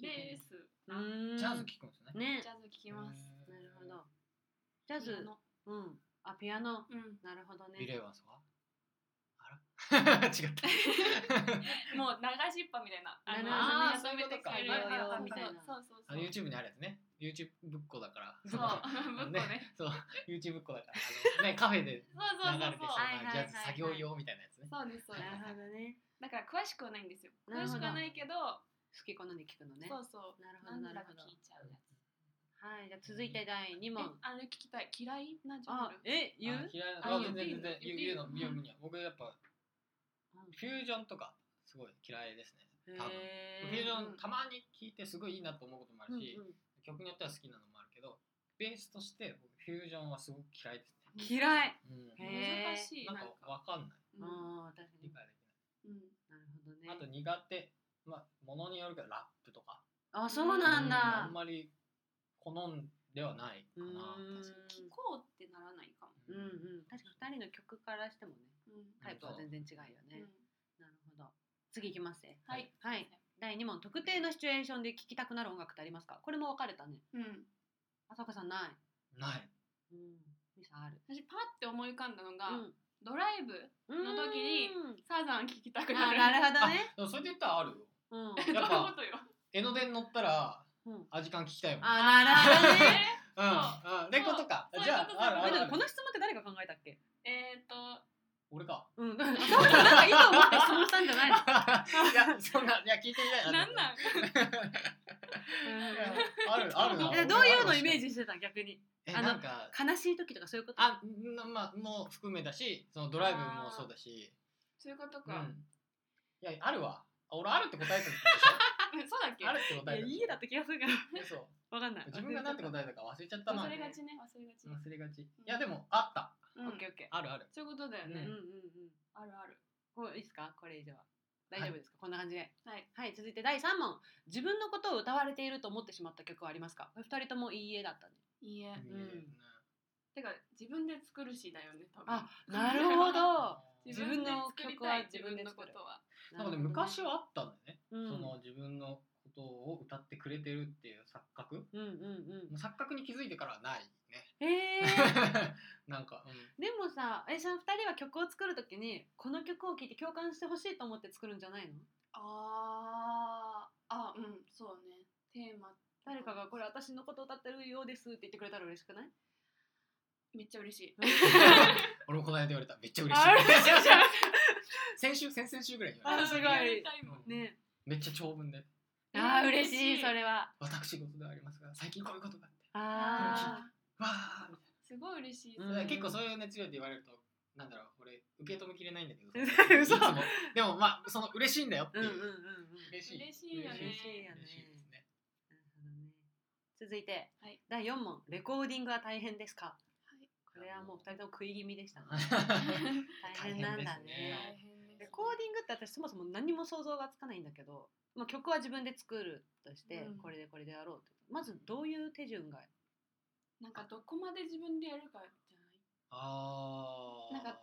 Speaker 2: です。
Speaker 1: う
Speaker 2: あ
Speaker 1: ーん
Speaker 3: ジャズ聞くんですね。
Speaker 1: ね
Speaker 2: ジャズ聞きます。
Speaker 1: なるほどジャズ
Speaker 2: の
Speaker 1: うんあピアノ
Speaker 2: うん。
Speaker 1: なるほどね
Speaker 3: ビレーワンスはあら違った。
Speaker 2: もう流しっぱみたいな。
Speaker 1: あ
Speaker 3: の
Speaker 2: あの
Speaker 3: そういうことか
Speaker 2: やつ
Speaker 3: いろいろ
Speaker 2: そ
Speaker 1: みたいな
Speaker 2: うそうそうそう そ
Speaker 3: あ
Speaker 2: う。
Speaker 3: の YouTube にあるやつね。YouTube ぶっこだから。
Speaker 2: そう、ぶっこね。
Speaker 3: そう、YouTube ぶっこだから。あのね、カフェで
Speaker 2: そう
Speaker 3: 流れ
Speaker 2: そう
Speaker 3: て
Speaker 2: そうそう。
Speaker 3: そう
Speaker 1: はいはい
Speaker 3: な
Speaker 1: はいはい
Speaker 3: ジャズ作業用みたいなやつね。
Speaker 2: そうですそうです。
Speaker 1: なるほどね
Speaker 2: だから詳しくはないんですよ。
Speaker 1: なる
Speaker 2: 詳
Speaker 1: ほ
Speaker 2: し
Speaker 1: ど
Speaker 2: くはないけど、
Speaker 1: 好き好んで聞くのね
Speaker 2: そうそう。
Speaker 1: なるほ
Speaker 2: な
Speaker 1: ど
Speaker 2: ん
Speaker 1: な
Speaker 2: だ
Speaker 1: る
Speaker 2: か
Speaker 1: ほど
Speaker 2: 聞いちゃうやつ。
Speaker 1: はいじゃあ続いて第二
Speaker 2: え
Speaker 1: 問
Speaker 2: あれ聞きたい。嫌いなジャ
Speaker 1: あ
Speaker 2: ンル。
Speaker 1: え言
Speaker 3: あ
Speaker 1: う
Speaker 3: 嫌い
Speaker 2: あ
Speaker 3: な。あ、全然
Speaker 2: 言
Speaker 3: 全
Speaker 2: ってい
Speaker 3: 然
Speaker 2: い
Speaker 3: 言
Speaker 2: 言っ
Speaker 3: う
Speaker 2: ていい
Speaker 3: 言うの、言う分には。僕やっぱ
Speaker 1: うん
Speaker 3: フュージョンとかすごい嫌いですね。多分。
Speaker 1: へ
Speaker 3: フュージョンたまに聞いてすごいいいなと思うこともあるし、
Speaker 1: うんうん
Speaker 3: 曲によっては好きなのもあるけど、ベースとして僕フュージョンはすごく嫌いですね。
Speaker 1: 嫌い
Speaker 3: うん
Speaker 1: へー
Speaker 2: 難しい。
Speaker 3: な
Speaker 2: なんん
Speaker 3: か
Speaker 2: か。
Speaker 3: わかんない。
Speaker 2: うん
Speaker 1: ああ確か
Speaker 3: 理
Speaker 1: に
Speaker 3: 解で
Speaker 2: う
Speaker 3: きない。
Speaker 2: ん
Speaker 1: なるほどね
Speaker 3: あと苦手、まあ、ものによるけどラップとか。
Speaker 1: あそうなん
Speaker 3: うあ
Speaker 1: だ
Speaker 3: んまり好んではないか
Speaker 1: う
Speaker 3: な。
Speaker 1: ん
Speaker 2: 確かに聞こうってならないかも。
Speaker 1: うんうん確かに二人の曲からしてもね
Speaker 2: うん
Speaker 1: タイプは全然違うよ
Speaker 2: う
Speaker 1: ね
Speaker 2: ん
Speaker 1: なるほど次いきますね
Speaker 2: はい。
Speaker 1: はい。第二問特定のシチュエーションで聴きたくなる音楽ってありますかこれも分かれたね
Speaker 2: うん。
Speaker 1: 浅岡さんない
Speaker 3: ない。
Speaker 1: うんミサある
Speaker 2: 私パって思い浮かんだのが、
Speaker 1: うん
Speaker 2: ドライブの時に
Speaker 1: うん
Speaker 2: サザン聞きたくな
Speaker 1: あ
Speaker 2: る。
Speaker 1: なるほど
Speaker 3: あ
Speaker 1: ね、
Speaker 3: でもそれで言ったらあるよ。
Speaker 1: うん
Speaker 2: どういう
Speaker 3: やっぱ
Speaker 2: ことよ。
Speaker 3: 江ノ電乗ったら
Speaker 1: うん
Speaker 3: アジカン聞きたいもん。
Speaker 1: あなるほどね
Speaker 2: え
Speaker 3: うんうんってことか
Speaker 2: そう
Speaker 3: じゃあ
Speaker 2: そういうこと
Speaker 3: あるあ
Speaker 1: え
Speaker 3: る
Speaker 1: だから
Speaker 3: ある
Speaker 1: この質問って誰が考えたっけ
Speaker 2: えっ、ー、と、
Speaker 3: 俺か
Speaker 1: うん だからそうそうなんかいいと思って質問したんじゃないの
Speaker 3: いやそんないや聞いてみたい
Speaker 2: なんなん。
Speaker 3: いやあるあるな
Speaker 1: えどういうのイメージしてた逆に
Speaker 3: え
Speaker 1: あの
Speaker 3: なんか
Speaker 1: 悲しい時とかそういうこと
Speaker 3: あんまあも含めだしそのドライブもそうだし
Speaker 2: そういうこと
Speaker 3: う
Speaker 2: か。
Speaker 3: んいやあるわあ俺あるって答えたんでし
Speaker 2: そうだっけ
Speaker 3: ょあるって答
Speaker 1: いや
Speaker 3: えた
Speaker 1: いいだった気がするから
Speaker 3: そう
Speaker 1: わかんない
Speaker 3: 自分がなんて答えたか忘れちゃったな
Speaker 2: 忘れがちね、忘れがち。
Speaker 3: 忘れがちいやでもあった
Speaker 2: うん
Speaker 1: オッケーオッケ
Speaker 3: あるある
Speaker 2: そういうことだ
Speaker 1: ー
Speaker 2: よ
Speaker 3: う
Speaker 1: うん
Speaker 2: ね。
Speaker 1: うんうん
Speaker 2: あるある。
Speaker 1: こういいですかこれ以上は大丈夫ですか、こんな感じで
Speaker 2: はい。
Speaker 1: はい続いて第三問自分のことを歌われていると思ってしまった曲はありますかこれ二人ともいいえだ ったね
Speaker 2: いいえ。
Speaker 3: いいね
Speaker 2: てか、自分で作るしだよね、多分。
Speaker 1: あなるほど
Speaker 2: 自分で作りたい
Speaker 1: 自
Speaker 2: 自
Speaker 1: 分
Speaker 2: 分
Speaker 1: で
Speaker 2: の
Speaker 1: 作
Speaker 2: こ
Speaker 1: る
Speaker 2: とは。
Speaker 3: なんかね昔はあったんだよね
Speaker 1: そ
Speaker 3: その自分のことを歌ってくれてるっていう錯覚
Speaker 1: うんうんうん
Speaker 3: 錯覚に気づいてからはないね
Speaker 1: えー、
Speaker 3: なんかうん
Speaker 1: でもさえさん2人は曲を作るときにこの曲を聴いて共感してほしいと思って作るんじゃないの
Speaker 2: あーあ、うん、そうね。テーマ。
Speaker 1: 誰かが「これ私のこと歌ってるようです」って言ってくれたら嬉しくない
Speaker 2: めっちゃ嬉しい。
Speaker 3: 俺もこの間言われためっちゃ嬉
Speaker 1: あ嬉
Speaker 3: し
Speaker 1: しいじゃん
Speaker 3: い 先週先々週ぐらいに言わ
Speaker 1: あ
Speaker 3: れた
Speaker 1: すごい
Speaker 2: やりたもん
Speaker 3: うん
Speaker 1: ね
Speaker 3: めっちゃ長文で
Speaker 1: あー嬉
Speaker 2: 嬉
Speaker 1: し
Speaker 2: し
Speaker 1: い
Speaker 2: い
Speaker 1: それは
Speaker 3: 私事ではありますが最近こういうことがあって
Speaker 1: あ
Speaker 2: あ
Speaker 3: わあみ
Speaker 2: ーすごい嬉しい。
Speaker 1: う
Speaker 3: た
Speaker 1: ん
Speaker 3: いな 結構そういう熱量で言われるとなんだろう俺受け止めきれないんだけ ど
Speaker 1: 嘘
Speaker 3: いつもでもまあその嬉しいんだよって
Speaker 1: ー
Speaker 3: い
Speaker 1: うん
Speaker 3: う
Speaker 1: うんうんうん
Speaker 3: 嬉しい
Speaker 2: 嬉しいよね
Speaker 3: 嬉しい
Speaker 1: 嬉
Speaker 3: 嬉
Speaker 1: し
Speaker 3: し
Speaker 1: い
Speaker 3: い
Speaker 1: よね
Speaker 3: ですね
Speaker 1: なるほどね続いて、
Speaker 2: はい
Speaker 1: 第4問「レコーディングは大変ですか?」
Speaker 2: はい
Speaker 1: これはもう2人とも食い気味でしたね大
Speaker 3: 大
Speaker 1: 変なんだ
Speaker 3: 変です
Speaker 1: ね
Speaker 3: ね
Speaker 2: 大変です
Speaker 1: レコーディングって私そもそも何も想像がつかないんだけど、まあ、曲は自分で作るとして、
Speaker 2: うん
Speaker 1: これでこれでやろうってまずどういう手順が
Speaker 2: なんかどこまで自分でやるかじゃない
Speaker 3: ああ
Speaker 2: なんか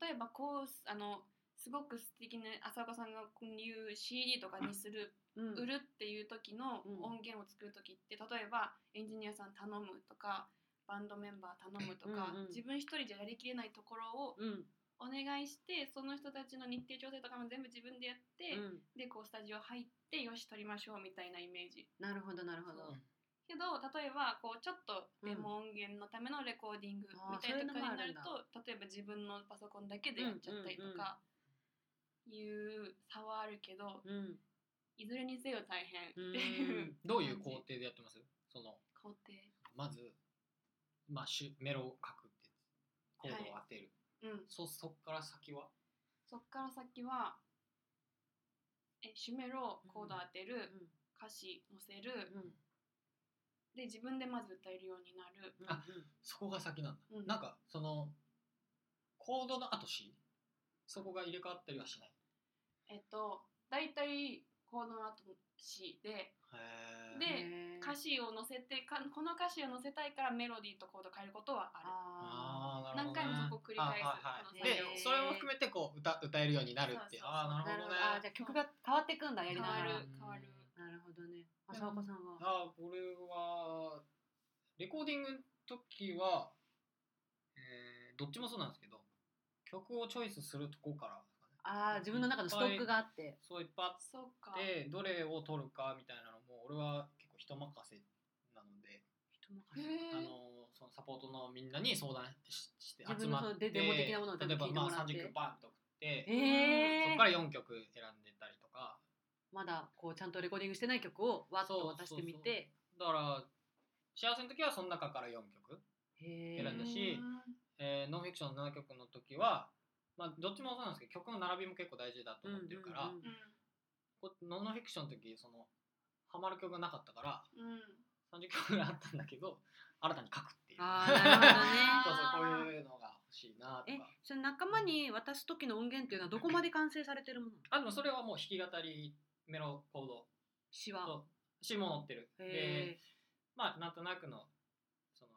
Speaker 2: 例えばこうすあのすごく素敵な浅岡さんがこういう CD とかにする、
Speaker 1: うん
Speaker 2: 売るっていう時の
Speaker 1: うん
Speaker 2: 音源を作る時って例えばエンジニアさん頼むとかバンドメンバー頼むとか
Speaker 1: うんうん
Speaker 2: 自分一人じゃやりきれないところ
Speaker 1: う
Speaker 2: を
Speaker 1: ん
Speaker 2: お願いしてその人たちの日程調整とかも全部自分でやって、
Speaker 1: うん、
Speaker 2: でこうスタジオ入ってよし撮りましょうみたいなイメージ。
Speaker 1: なるほどなるほど
Speaker 3: そう
Speaker 2: けど例えばこうちょっとデモ音源のためのレコーディング
Speaker 1: あー
Speaker 2: みた
Speaker 1: そうい
Speaker 2: いなと
Speaker 1: うのもあ
Speaker 2: かにな
Speaker 1: るんだ
Speaker 2: ると、例えば自分のパソコンだけでやっちゃったりとかいう差はあるけど
Speaker 1: うん
Speaker 2: いずれにせよ大変
Speaker 1: うん
Speaker 2: っていう
Speaker 3: どういう工程でやってますその
Speaker 2: 工程。
Speaker 3: まず、まあ、しゅメロを書くってコードを当てる、
Speaker 2: うん、
Speaker 3: そそっから先は
Speaker 2: そっから先はえシュメロコード当てる、
Speaker 1: うん
Speaker 2: 歌詞載せる、
Speaker 1: うん
Speaker 2: で自分でまず歌えるようになる。
Speaker 1: うん
Speaker 3: あそこが先なんだ、
Speaker 2: うん
Speaker 3: なんかそのコードの後詞そこが入れ替わったりはしない
Speaker 2: えっと大体コードの後の詞で
Speaker 3: へー
Speaker 2: で
Speaker 1: へー
Speaker 2: 歌詞を載せてかこの歌詞を載せたいからメロディーとコード変えることはある。
Speaker 1: あ
Speaker 3: あーなるほどね
Speaker 2: 何回もそこ繰り返す
Speaker 3: あはいはい
Speaker 1: この作業
Speaker 3: でそれも含めてこう歌歌えるようになるっていう
Speaker 2: そうそうそう
Speaker 3: あ
Speaker 1: ー
Speaker 3: あな
Speaker 1: なるほ
Speaker 3: るほど
Speaker 1: どあ
Speaker 3: ね
Speaker 1: ーじゃあ曲が変わってくんだやり
Speaker 2: 変
Speaker 1: なが
Speaker 2: わ
Speaker 1: ら
Speaker 2: る変わる。
Speaker 1: なるほどね浅岡さんは
Speaker 3: あこれはレコーディングの時は、えーどっちもそうなんですけど曲をチョイスするとこから
Speaker 1: あー自分の中のストックがあって
Speaker 3: そういっぱいあっ
Speaker 2: そうか。
Speaker 3: てどれを取るかみたいなのも俺は結構人任せなので、
Speaker 2: へ
Speaker 3: あ
Speaker 2: ー
Speaker 3: のそのサポートのみんなに相談しして
Speaker 1: 自
Speaker 3: 集
Speaker 1: 分の
Speaker 3: ま
Speaker 1: その
Speaker 3: って
Speaker 1: デデモ的なものを全部
Speaker 3: 例えば
Speaker 1: 聞いてもらっ
Speaker 3: まあ
Speaker 1: て
Speaker 3: 30曲バンと送って、
Speaker 1: へ
Speaker 3: そ
Speaker 1: え
Speaker 3: こから4曲選んでたりとか
Speaker 1: まだこうちゃんとレコーディングしてない曲をわっと渡してみて
Speaker 3: だから幸せの時はその中から4曲、
Speaker 1: へ
Speaker 3: そう選んだしえーノンフィクションの7曲の時は、まあ、どっちもそうなんですけど曲の並びも結構大事だと思ってるから、
Speaker 1: うんうんうん
Speaker 3: こノンフィクションの時そのハマる曲がなかったから
Speaker 2: うん。うん。
Speaker 3: 30曲ぐらいあったんだけど新たに書くっていう
Speaker 1: あーなるほどね
Speaker 3: そうそうこういうのが欲しいな と
Speaker 1: え
Speaker 3: か
Speaker 1: それ仲間に渡す時の音源っていうのはどこまで完成されてるものなの
Speaker 3: あでもそれはもう弾き語りメロコード
Speaker 1: 詩は
Speaker 3: と詞も載ってるで
Speaker 1: へ
Speaker 3: まあなんとなくのその
Speaker 1: ー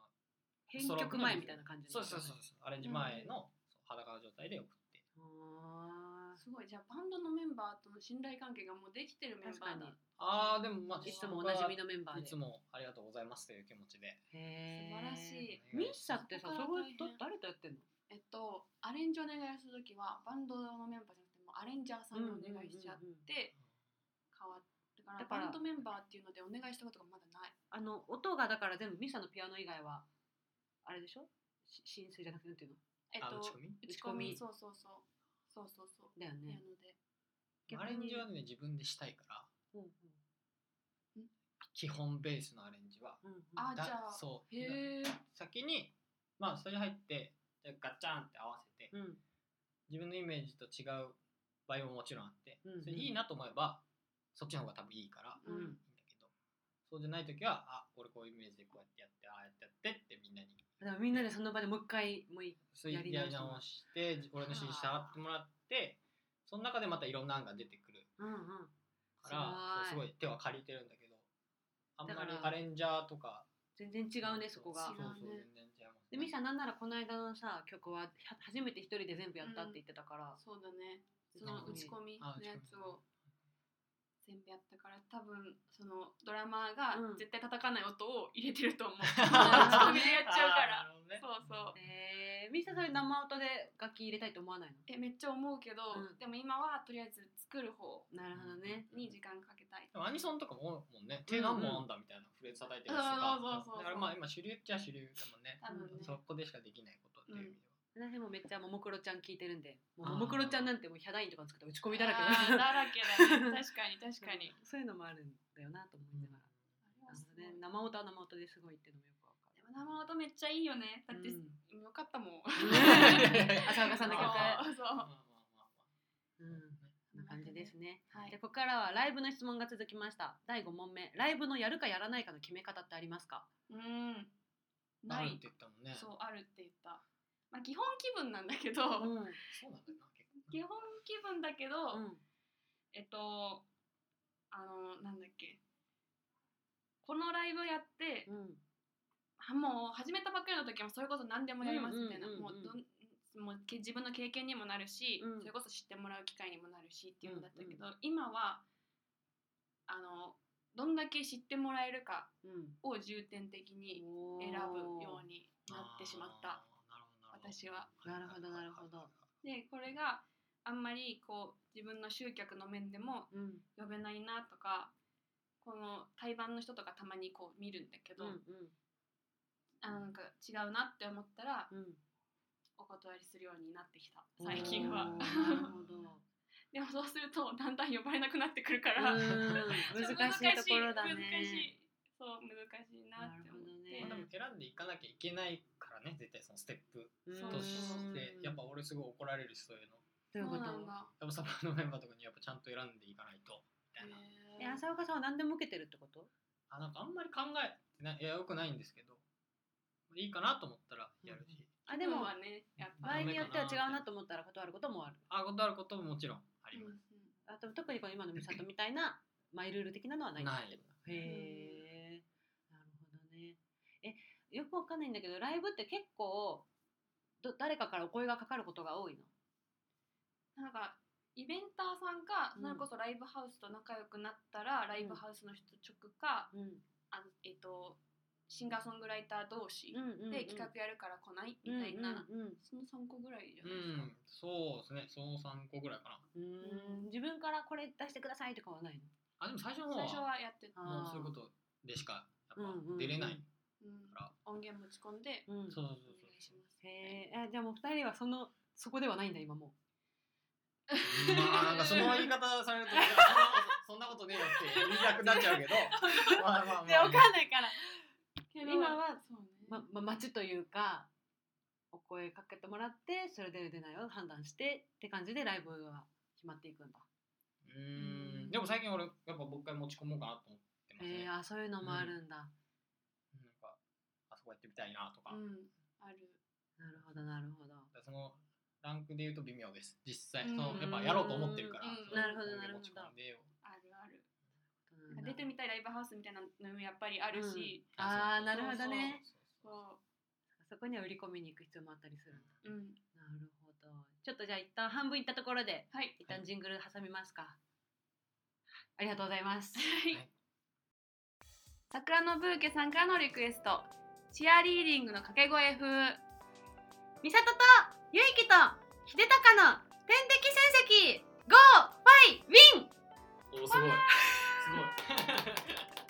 Speaker 1: 編曲前みたいな感じ
Speaker 3: そうそうそうそうアレンジ前のそう裸の状態で送って
Speaker 1: あ
Speaker 2: すごいじゃあバンドのメンバーとの信頼関係がもうできてるメンバー
Speaker 1: 確か
Speaker 2: だ
Speaker 1: に。
Speaker 3: ああでもまあ
Speaker 1: ーいつもおなじみのメンバー
Speaker 3: い
Speaker 1: で
Speaker 3: つもありがとうございますという気持ちで
Speaker 1: へー
Speaker 2: 素晴らしい
Speaker 1: ミッサってさ
Speaker 2: そこ
Speaker 1: そ
Speaker 2: か
Speaker 1: こ
Speaker 2: ら大変
Speaker 1: ど誰とやってんの
Speaker 2: えっとアレンジお願いするときはバンドのメンバーじゃなくてもうアレンジャーさんにお願いしちゃって、変わってから
Speaker 1: だから
Speaker 2: バンドメンバーっていうのでお願いしたことがまだない
Speaker 1: あの音がだから全部ミサのピアノ以外はあれでしょし浸水じゃなくてなんていうの
Speaker 2: えっ
Speaker 3: あ
Speaker 2: と
Speaker 3: 打ち込み
Speaker 2: 打ち込み
Speaker 1: 打ち込み
Speaker 2: そうそうそうそうそうそう
Speaker 1: だよ
Speaker 2: な
Speaker 1: ね、
Speaker 2: ので
Speaker 1: 逆
Speaker 3: ア
Speaker 1: に
Speaker 3: レンジはね自分でしたいから
Speaker 1: うんうん
Speaker 3: 基本ベースのアレンジは
Speaker 1: うんうん
Speaker 2: あ
Speaker 3: だ
Speaker 2: じゃあ
Speaker 3: そう
Speaker 2: へえ
Speaker 3: 先にまあスタジオ入ってじゃあガチャンって合わせて
Speaker 1: うん
Speaker 3: 自分のイメージと違う場合ももちろんあって
Speaker 1: うんうん
Speaker 3: それいいなと思えばそっちの方が多分いいからいいんだ
Speaker 1: うん
Speaker 3: けどそうじゃない時はあ俺こういうイメージでこうやってやってああやってやってってみんなに
Speaker 1: でもみんなでその場でもう一回もうい
Speaker 3: そう
Speaker 1: や
Speaker 3: や
Speaker 1: り
Speaker 3: り
Speaker 1: 直
Speaker 3: 直
Speaker 1: してもらう
Speaker 3: して俺の指示従ってもらってその中でまたいろんな案が出てくる
Speaker 1: うんうん
Speaker 3: から
Speaker 1: す
Speaker 3: そうす
Speaker 1: ご
Speaker 3: ご
Speaker 1: い
Speaker 3: い手は借りてるんだけどあんまり
Speaker 1: だから
Speaker 3: アレンジャーとか
Speaker 1: 全然違うねそこが
Speaker 3: そうそう
Speaker 2: 違うね
Speaker 3: 全然違います
Speaker 1: でミサなんならこの間のさ曲はは初めて一人で全部やったって言ってたから、
Speaker 2: そうだねそ
Speaker 3: なる
Speaker 2: の
Speaker 3: ほど
Speaker 2: 打ち込み
Speaker 3: あ
Speaker 2: のやつを全部やったから多分そのドラマーが
Speaker 1: うん
Speaker 2: 絶対叩かない音を入れてると思う、打ち
Speaker 1: なるほ
Speaker 2: 込
Speaker 1: ど
Speaker 2: み
Speaker 1: ね
Speaker 2: でやっちゃうか
Speaker 3: あーな
Speaker 2: ら
Speaker 3: るほどね
Speaker 2: そうそう
Speaker 1: えー、ミサそれ生音で楽器入れたいと思わない
Speaker 2: えめっちゃ思うけど、
Speaker 1: うん
Speaker 2: でも今はとりあえず作る方
Speaker 1: のなるほどね、
Speaker 2: に時間かけたい、
Speaker 3: でもアニソンとかも多いもんね手何本あんだみたいなフレーズ叩いてるやつと
Speaker 2: そうそうそうそう
Speaker 3: かだからまあ今主流っちゃ主流だもんね
Speaker 2: 多分ね、
Speaker 3: そこでしかできないことっていう意味では
Speaker 1: 私もめっちゃももクロちゃん聞いてるんでもう
Speaker 3: あー
Speaker 1: ももクロちゃんなんてもうヒャダインとか作ったら打ち込みだらけ
Speaker 2: あー
Speaker 1: だ
Speaker 2: だらけだね確かに確かに
Speaker 1: そういうのもあるんだよなと思いながら、なるほどね、生音は生音ですごいっていうのもよくわかる
Speaker 2: でも生音めっちゃいいよねだって、
Speaker 1: うん
Speaker 2: よかったもん
Speaker 1: 浅岡さんの曲
Speaker 2: そうそう
Speaker 3: ま
Speaker 2: は
Speaker 3: あまあまあまあ
Speaker 1: うんこんな感じですね
Speaker 2: い
Speaker 1: でここからはライブの質問が続きました第5問目ライブのやるかやらないかの決め方ってありますか
Speaker 2: うん
Speaker 3: あ
Speaker 2: な
Speaker 3: るって
Speaker 2: い
Speaker 3: 言ったもんね
Speaker 2: そうあるって言ったまあ基本気分なんだけど、
Speaker 1: うん
Speaker 3: そうなんだよな結構
Speaker 2: 基本気分だけど、えっとあのなんだっけこのライブやって、
Speaker 1: うん
Speaker 2: あもう始めたばっかりの時もそれこそ何でもやりますみたいな
Speaker 1: うんうんうんう
Speaker 2: もう
Speaker 1: ん
Speaker 2: どんもうけ自分の経験にもなるし、
Speaker 1: うん
Speaker 2: それこそ知ってもらう機会にもなるしっていうのだったけど、今はあのどんだけ知ってもらえるか
Speaker 1: うん
Speaker 2: を重点的に
Speaker 1: おー
Speaker 2: 選ぶようになってしまった。
Speaker 3: あーなるほどなるほ
Speaker 1: なるほ
Speaker 2: 私は
Speaker 3: ど
Speaker 1: どなるほど
Speaker 2: でこれがあんまりこう自分の集客の面でも
Speaker 1: うん
Speaker 2: 呼べないなとかこの対バンの人とかたまにこう見るんだけ
Speaker 1: う
Speaker 2: ど、
Speaker 1: ん
Speaker 2: あのなんか違うなって思ったら
Speaker 1: うんうん
Speaker 2: お断りするようになってきた最近は
Speaker 1: おーなるほど
Speaker 2: でもそうするとだんだん呼ばれなくなってくるか
Speaker 1: うん
Speaker 2: ら
Speaker 1: 難しいところだね
Speaker 2: 難しいそう難しいなって
Speaker 1: なるほ
Speaker 2: 思っ
Speaker 1: ど
Speaker 2: て、
Speaker 1: ね
Speaker 3: 選んでいかなきゃいけないからね絶対そのステップ
Speaker 1: うん
Speaker 2: そう
Speaker 3: として
Speaker 1: うん
Speaker 3: やっぱ俺すごい怒られるしそういうの
Speaker 1: どういうこ
Speaker 2: そう
Speaker 1: と
Speaker 2: なんだ、
Speaker 3: やっぱサポートのメンバーとかにやっぱちゃんと選んでいかないとみたいな、
Speaker 1: え
Speaker 2: へー
Speaker 1: 浅岡さんは何でも受けてるってこと
Speaker 3: あなんかあんまり考えてないいやよくないんですけどいいかなと思ったらやるし、
Speaker 1: あでも
Speaker 2: 今はねやっぱ
Speaker 1: 場合によっては違うなと思ったら断ることもある
Speaker 3: あことあることももちろんあり
Speaker 2: うん
Speaker 3: ます、
Speaker 1: あと特にこの今のミサトみたいなマイルール的なのはないんだ
Speaker 3: な
Speaker 1: け
Speaker 3: い
Speaker 1: どへえなるほどねえよくわかんないんだけどライブって結構ど誰かからお声がかかることが多いの
Speaker 2: なんかイベンターさんか
Speaker 1: うん
Speaker 2: それこそライブハウスと仲良くなったら、ライブハウスの人直か
Speaker 1: うん
Speaker 2: あのえっ、とシンガーソングライター同士
Speaker 1: うんうんうん
Speaker 2: で企画やるから来ないみたいな、
Speaker 1: うんうんうん
Speaker 2: その3個ぐらいじゃ
Speaker 3: う
Speaker 2: ないですか、
Speaker 3: んそうですねその3個ぐらいかな
Speaker 1: うーん自分からこれ出してくださいとかはないの
Speaker 3: あでも最初の方
Speaker 2: 最
Speaker 3: は
Speaker 2: 初はやってた、
Speaker 1: あ
Speaker 3: も
Speaker 1: ー
Speaker 3: うそういうことでしかやっ
Speaker 1: うんうんう
Speaker 3: ぱ
Speaker 1: ん
Speaker 3: 出れない、
Speaker 2: うん
Speaker 3: ら、
Speaker 2: 音源持ち込んで
Speaker 1: うん
Speaker 3: そうそう
Speaker 2: お
Speaker 3: そう
Speaker 2: 願いし
Speaker 3: そう
Speaker 2: ます
Speaker 1: へえじゃあもう二人はそのそこではないんだ今も
Speaker 3: まあなんかその言い方されるといやそんなことそんなことねえ よって言いたくなっちゃうけ どまあまあまあ
Speaker 1: ういやわかんないから
Speaker 2: けど
Speaker 1: 今は
Speaker 2: そうね、
Speaker 1: ま、ま、待ちというかお声かけてもらってそれ出る出ないを判断してって感じでライブは決まっていくんだ。
Speaker 3: うーんでも最近俺やっぱもう一回持ち込もうかなと思ってますね、
Speaker 1: えー、あそういうのもあるんだ。
Speaker 3: なんかあそこやってみたいなとか,、
Speaker 2: うんある
Speaker 1: なるほどなるほど。
Speaker 3: そのランクで言うと微妙です実際
Speaker 2: うん
Speaker 3: そのやっぱやろうと思ってるから、
Speaker 2: うん
Speaker 3: その
Speaker 1: なるほどなるほど
Speaker 3: 持ち込んでよ
Speaker 2: あるある
Speaker 1: そうなんだ
Speaker 2: 出てみたいライブハウスみたいなのもやっぱりあるし、
Speaker 1: あー
Speaker 3: そう
Speaker 1: なるほどね
Speaker 3: そう
Speaker 2: こ
Speaker 1: そこには売り込みに行く必要もあったりするんだ。
Speaker 2: ううん
Speaker 1: なるほど。ちょっとじゃあ一旦半分いったところで
Speaker 2: はい
Speaker 1: 一旦ジングル挟みますか。ありがとうござい ます。
Speaker 3: はい
Speaker 2: 桜のブーケさんからのリクエストチアリーディングの掛け声風
Speaker 1: 美里とゆいきと秀隆の天敵戦績 Go! Fight! Win!
Speaker 3: そうそうおすごいすごい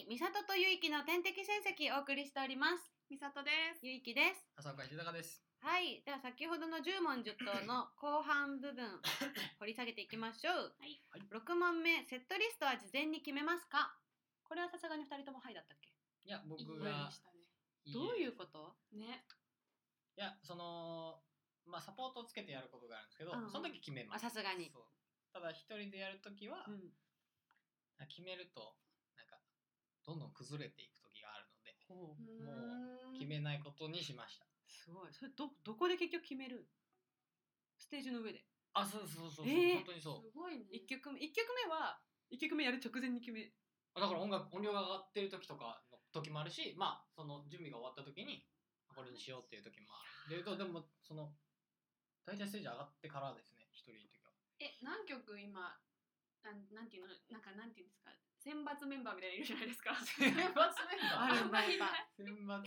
Speaker 1: に美里とゆいきの天敵戦績お送りしております
Speaker 2: みさとです。
Speaker 1: ゆいきです
Speaker 3: 浅岡秀隆です。
Speaker 1: はい、では先ほどの10問10答の後半部 分掘り下げていきましょう。
Speaker 2: はい
Speaker 3: はい
Speaker 1: 6問目、セットリストは事前に決めますかこれはさすがに2人ともはいだったっけ
Speaker 3: いや僕
Speaker 2: いい声
Speaker 3: が
Speaker 2: でしたね。
Speaker 1: どう
Speaker 3: い
Speaker 1: い
Speaker 3: いう
Speaker 1: こと
Speaker 2: ね。
Speaker 3: いやそのまあサポートをつけてやることがあるんですけど、
Speaker 1: うん
Speaker 3: その時決めま
Speaker 1: あ、
Speaker 3: す。
Speaker 1: さすがに。
Speaker 3: そうただ一人でやるときは、
Speaker 1: うん、
Speaker 3: 決めるとなんかどんどん崩れていく時があるので
Speaker 1: ほう
Speaker 3: も決めないことにしました。
Speaker 1: すごい。それど、どこで結局決めるステージの上で。
Speaker 3: あそうそうそうそう、
Speaker 1: えー
Speaker 3: 本当にそ
Speaker 2: す。
Speaker 3: う
Speaker 2: ごいね。
Speaker 1: 1曲目、一曲目は、1曲目やる直前に決め。
Speaker 3: あだから音楽音量が上がってる時とかの時もあるしまあその準備が終わった時にこれにしようっていう時もあるででもその大体ステージ上がってからですね一人の 時は
Speaker 2: え、何曲今、なんなんていうの、なんかなんていうんですか、選抜メンバーみたいなのいるじゃないですか。
Speaker 3: 選抜メン
Speaker 1: あ
Speaker 3: バー
Speaker 1: るんだ、やっぱ。
Speaker 3: 選抜メンバ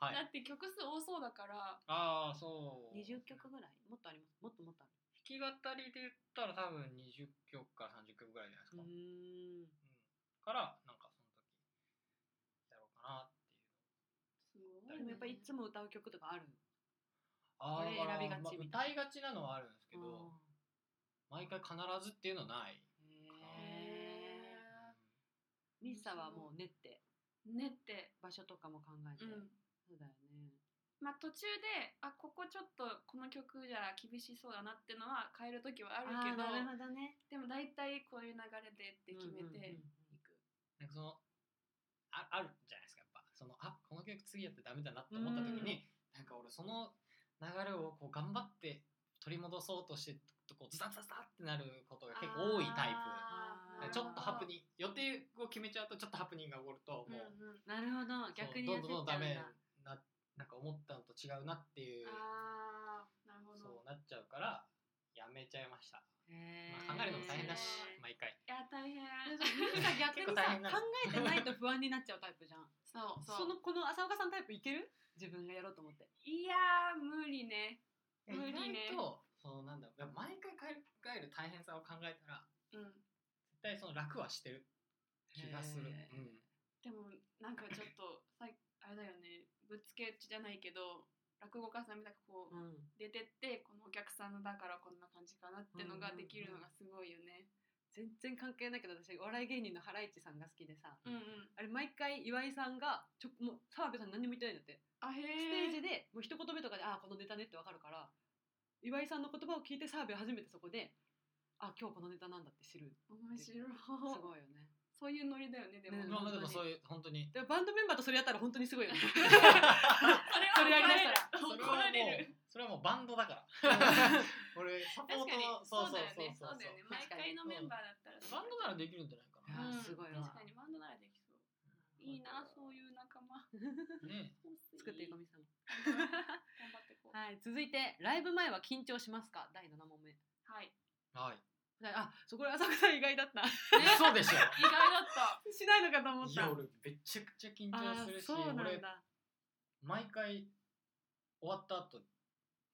Speaker 3: ーは
Speaker 2: だ
Speaker 3: い
Speaker 2: って曲数多そうだから、
Speaker 3: ああそう
Speaker 1: 20曲ぐらいもっとあります。もっともっとある。
Speaker 3: 弾き語りで言ったら多分20曲から30曲ぐらいじゃないです
Speaker 1: う
Speaker 3: か、うん、
Speaker 1: ーん。
Speaker 3: からなんかその時やろうかなっていう
Speaker 2: すごい、
Speaker 1: でもやっぱいつも歌う曲とかある
Speaker 3: ああ
Speaker 1: これ選びがちみ
Speaker 3: み
Speaker 1: た
Speaker 3: た
Speaker 1: い
Speaker 3: いな、まあ、歌いがちなのはあるんですけど
Speaker 1: あ
Speaker 3: 毎回必ずっていうのはない
Speaker 1: ーへー
Speaker 2: へ
Speaker 1: ミッサはもう練って
Speaker 2: ねって、
Speaker 1: 場所とかも考えて、
Speaker 2: うん。
Speaker 1: そうだよね
Speaker 2: まあ途中で、あ、ここちょっとこの曲じゃ厳しそうだなってのは変える時はあるけど、
Speaker 1: ほどね
Speaker 2: でも大体こういう流れでって決め
Speaker 1: うんうんうんう
Speaker 2: て
Speaker 1: ん
Speaker 2: いく。
Speaker 3: なんかそのああるじゃないですかやっぱそのあこの曲次やってダメだなって思った時に、なんか俺その流れをこう頑張って取り戻そうとしてこうズタズタズタってなることが結構多いタイ
Speaker 1: あー
Speaker 3: プちょっとハプ
Speaker 2: ン
Speaker 3: ニング予定を決めちゃうとちょっとハプニングが起こるともう,、
Speaker 2: うんうん、
Speaker 1: なるほど逆に
Speaker 3: ど
Speaker 1: やっ
Speaker 3: ん
Speaker 1: ちゃうんん
Speaker 3: どんど
Speaker 1: だ
Speaker 3: ダメななんか思ったのと違うなっていう
Speaker 2: ああ、なるほど。
Speaker 3: そうなっちゃうからやめちゃいました、
Speaker 1: へ
Speaker 3: ま
Speaker 1: ー
Speaker 3: あ、考えるのも大変だし
Speaker 2: へー
Speaker 3: 毎回
Speaker 2: いや大変。
Speaker 1: でそうミッサ逆
Speaker 3: 結 構
Speaker 1: に
Speaker 3: 大
Speaker 1: さ
Speaker 3: 変な
Speaker 1: 考
Speaker 3: の
Speaker 1: えてないと不安になっちゃうタイプじゃん
Speaker 2: そう
Speaker 1: そ
Speaker 2: そう。
Speaker 1: のこの浅岡さんタイプいける自分がやろうと思って
Speaker 2: いやー無理ね。
Speaker 3: いや
Speaker 2: 無理ね
Speaker 3: 意外とそのなんだろうやっぱ毎回考える大変さを考えたら
Speaker 2: うん。
Speaker 3: 絶対その楽はしてる気がする、
Speaker 1: へー
Speaker 3: うん
Speaker 2: でもなんかちょっとさあれだよね。ぶっつけじゃないけど落語家さんみたくこう、
Speaker 1: ん
Speaker 2: 出てってこのお客さんのだからこんな感じかなってのができるのがすごいよね。
Speaker 1: 全然関係ないけど私お笑い芸人のハライチさんが好きでさ
Speaker 2: うんうん。
Speaker 1: あれ毎回岩井さんがちょもう澤部さん何にも言ってないんだって
Speaker 2: あへえ。
Speaker 1: ステージでもう一言目とかで「ああこのネタね」ってわかるから岩井さんの言葉を聞いて澤部は初めてそこで「あ今日このネタなんだ」って知る
Speaker 2: 面白い。
Speaker 1: すごいよね
Speaker 2: そういうノリだよねでも。
Speaker 1: ね
Speaker 3: まあまあでも
Speaker 2: 本当
Speaker 3: そう
Speaker 2: に
Speaker 3: いう本当に
Speaker 1: でもバンドメンバーとそれやったら本当にすごいよねそれやりだしたら。
Speaker 2: それは怒られる
Speaker 3: それはも
Speaker 2: 怒られる。
Speaker 3: うそれはもうバンドだから 俺サポート
Speaker 2: 確かに
Speaker 3: の
Speaker 2: そうだよね
Speaker 3: そ
Speaker 2: そ
Speaker 3: うそう
Speaker 2: うだよね
Speaker 1: 確
Speaker 2: 毎
Speaker 1: かに
Speaker 2: 回のメンバーだったら
Speaker 3: バンドならできるんじゃないか
Speaker 1: あ
Speaker 3: な、
Speaker 1: ー
Speaker 2: うん
Speaker 1: すごいわ
Speaker 2: 確かにバンドならできそういいなそういう仲間
Speaker 3: ね
Speaker 1: 作っていこ
Speaker 2: 頑
Speaker 1: みさんも
Speaker 2: 張って こう
Speaker 1: はい続いてライブ前は緊張しますか第7問目
Speaker 2: はい
Speaker 3: はい
Speaker 1: あそうこれ浅草さん意外だった
Speaker 3: そうでし ょ
Speaker 2: 意外だった
Speaker 1: しないのかと思っ
Speaker 3: い
Speaker 1: た
Speaker 3: や俺めちゃくちゃ緊
Speaker 1: あ
Speaker 3: 張す
Speaker 1: ー
Speaker 3: るし
Speaker 1: そうなん
Speaker 3: 俺
Speaker 1: だ
Speaker 3: 毎回終わった後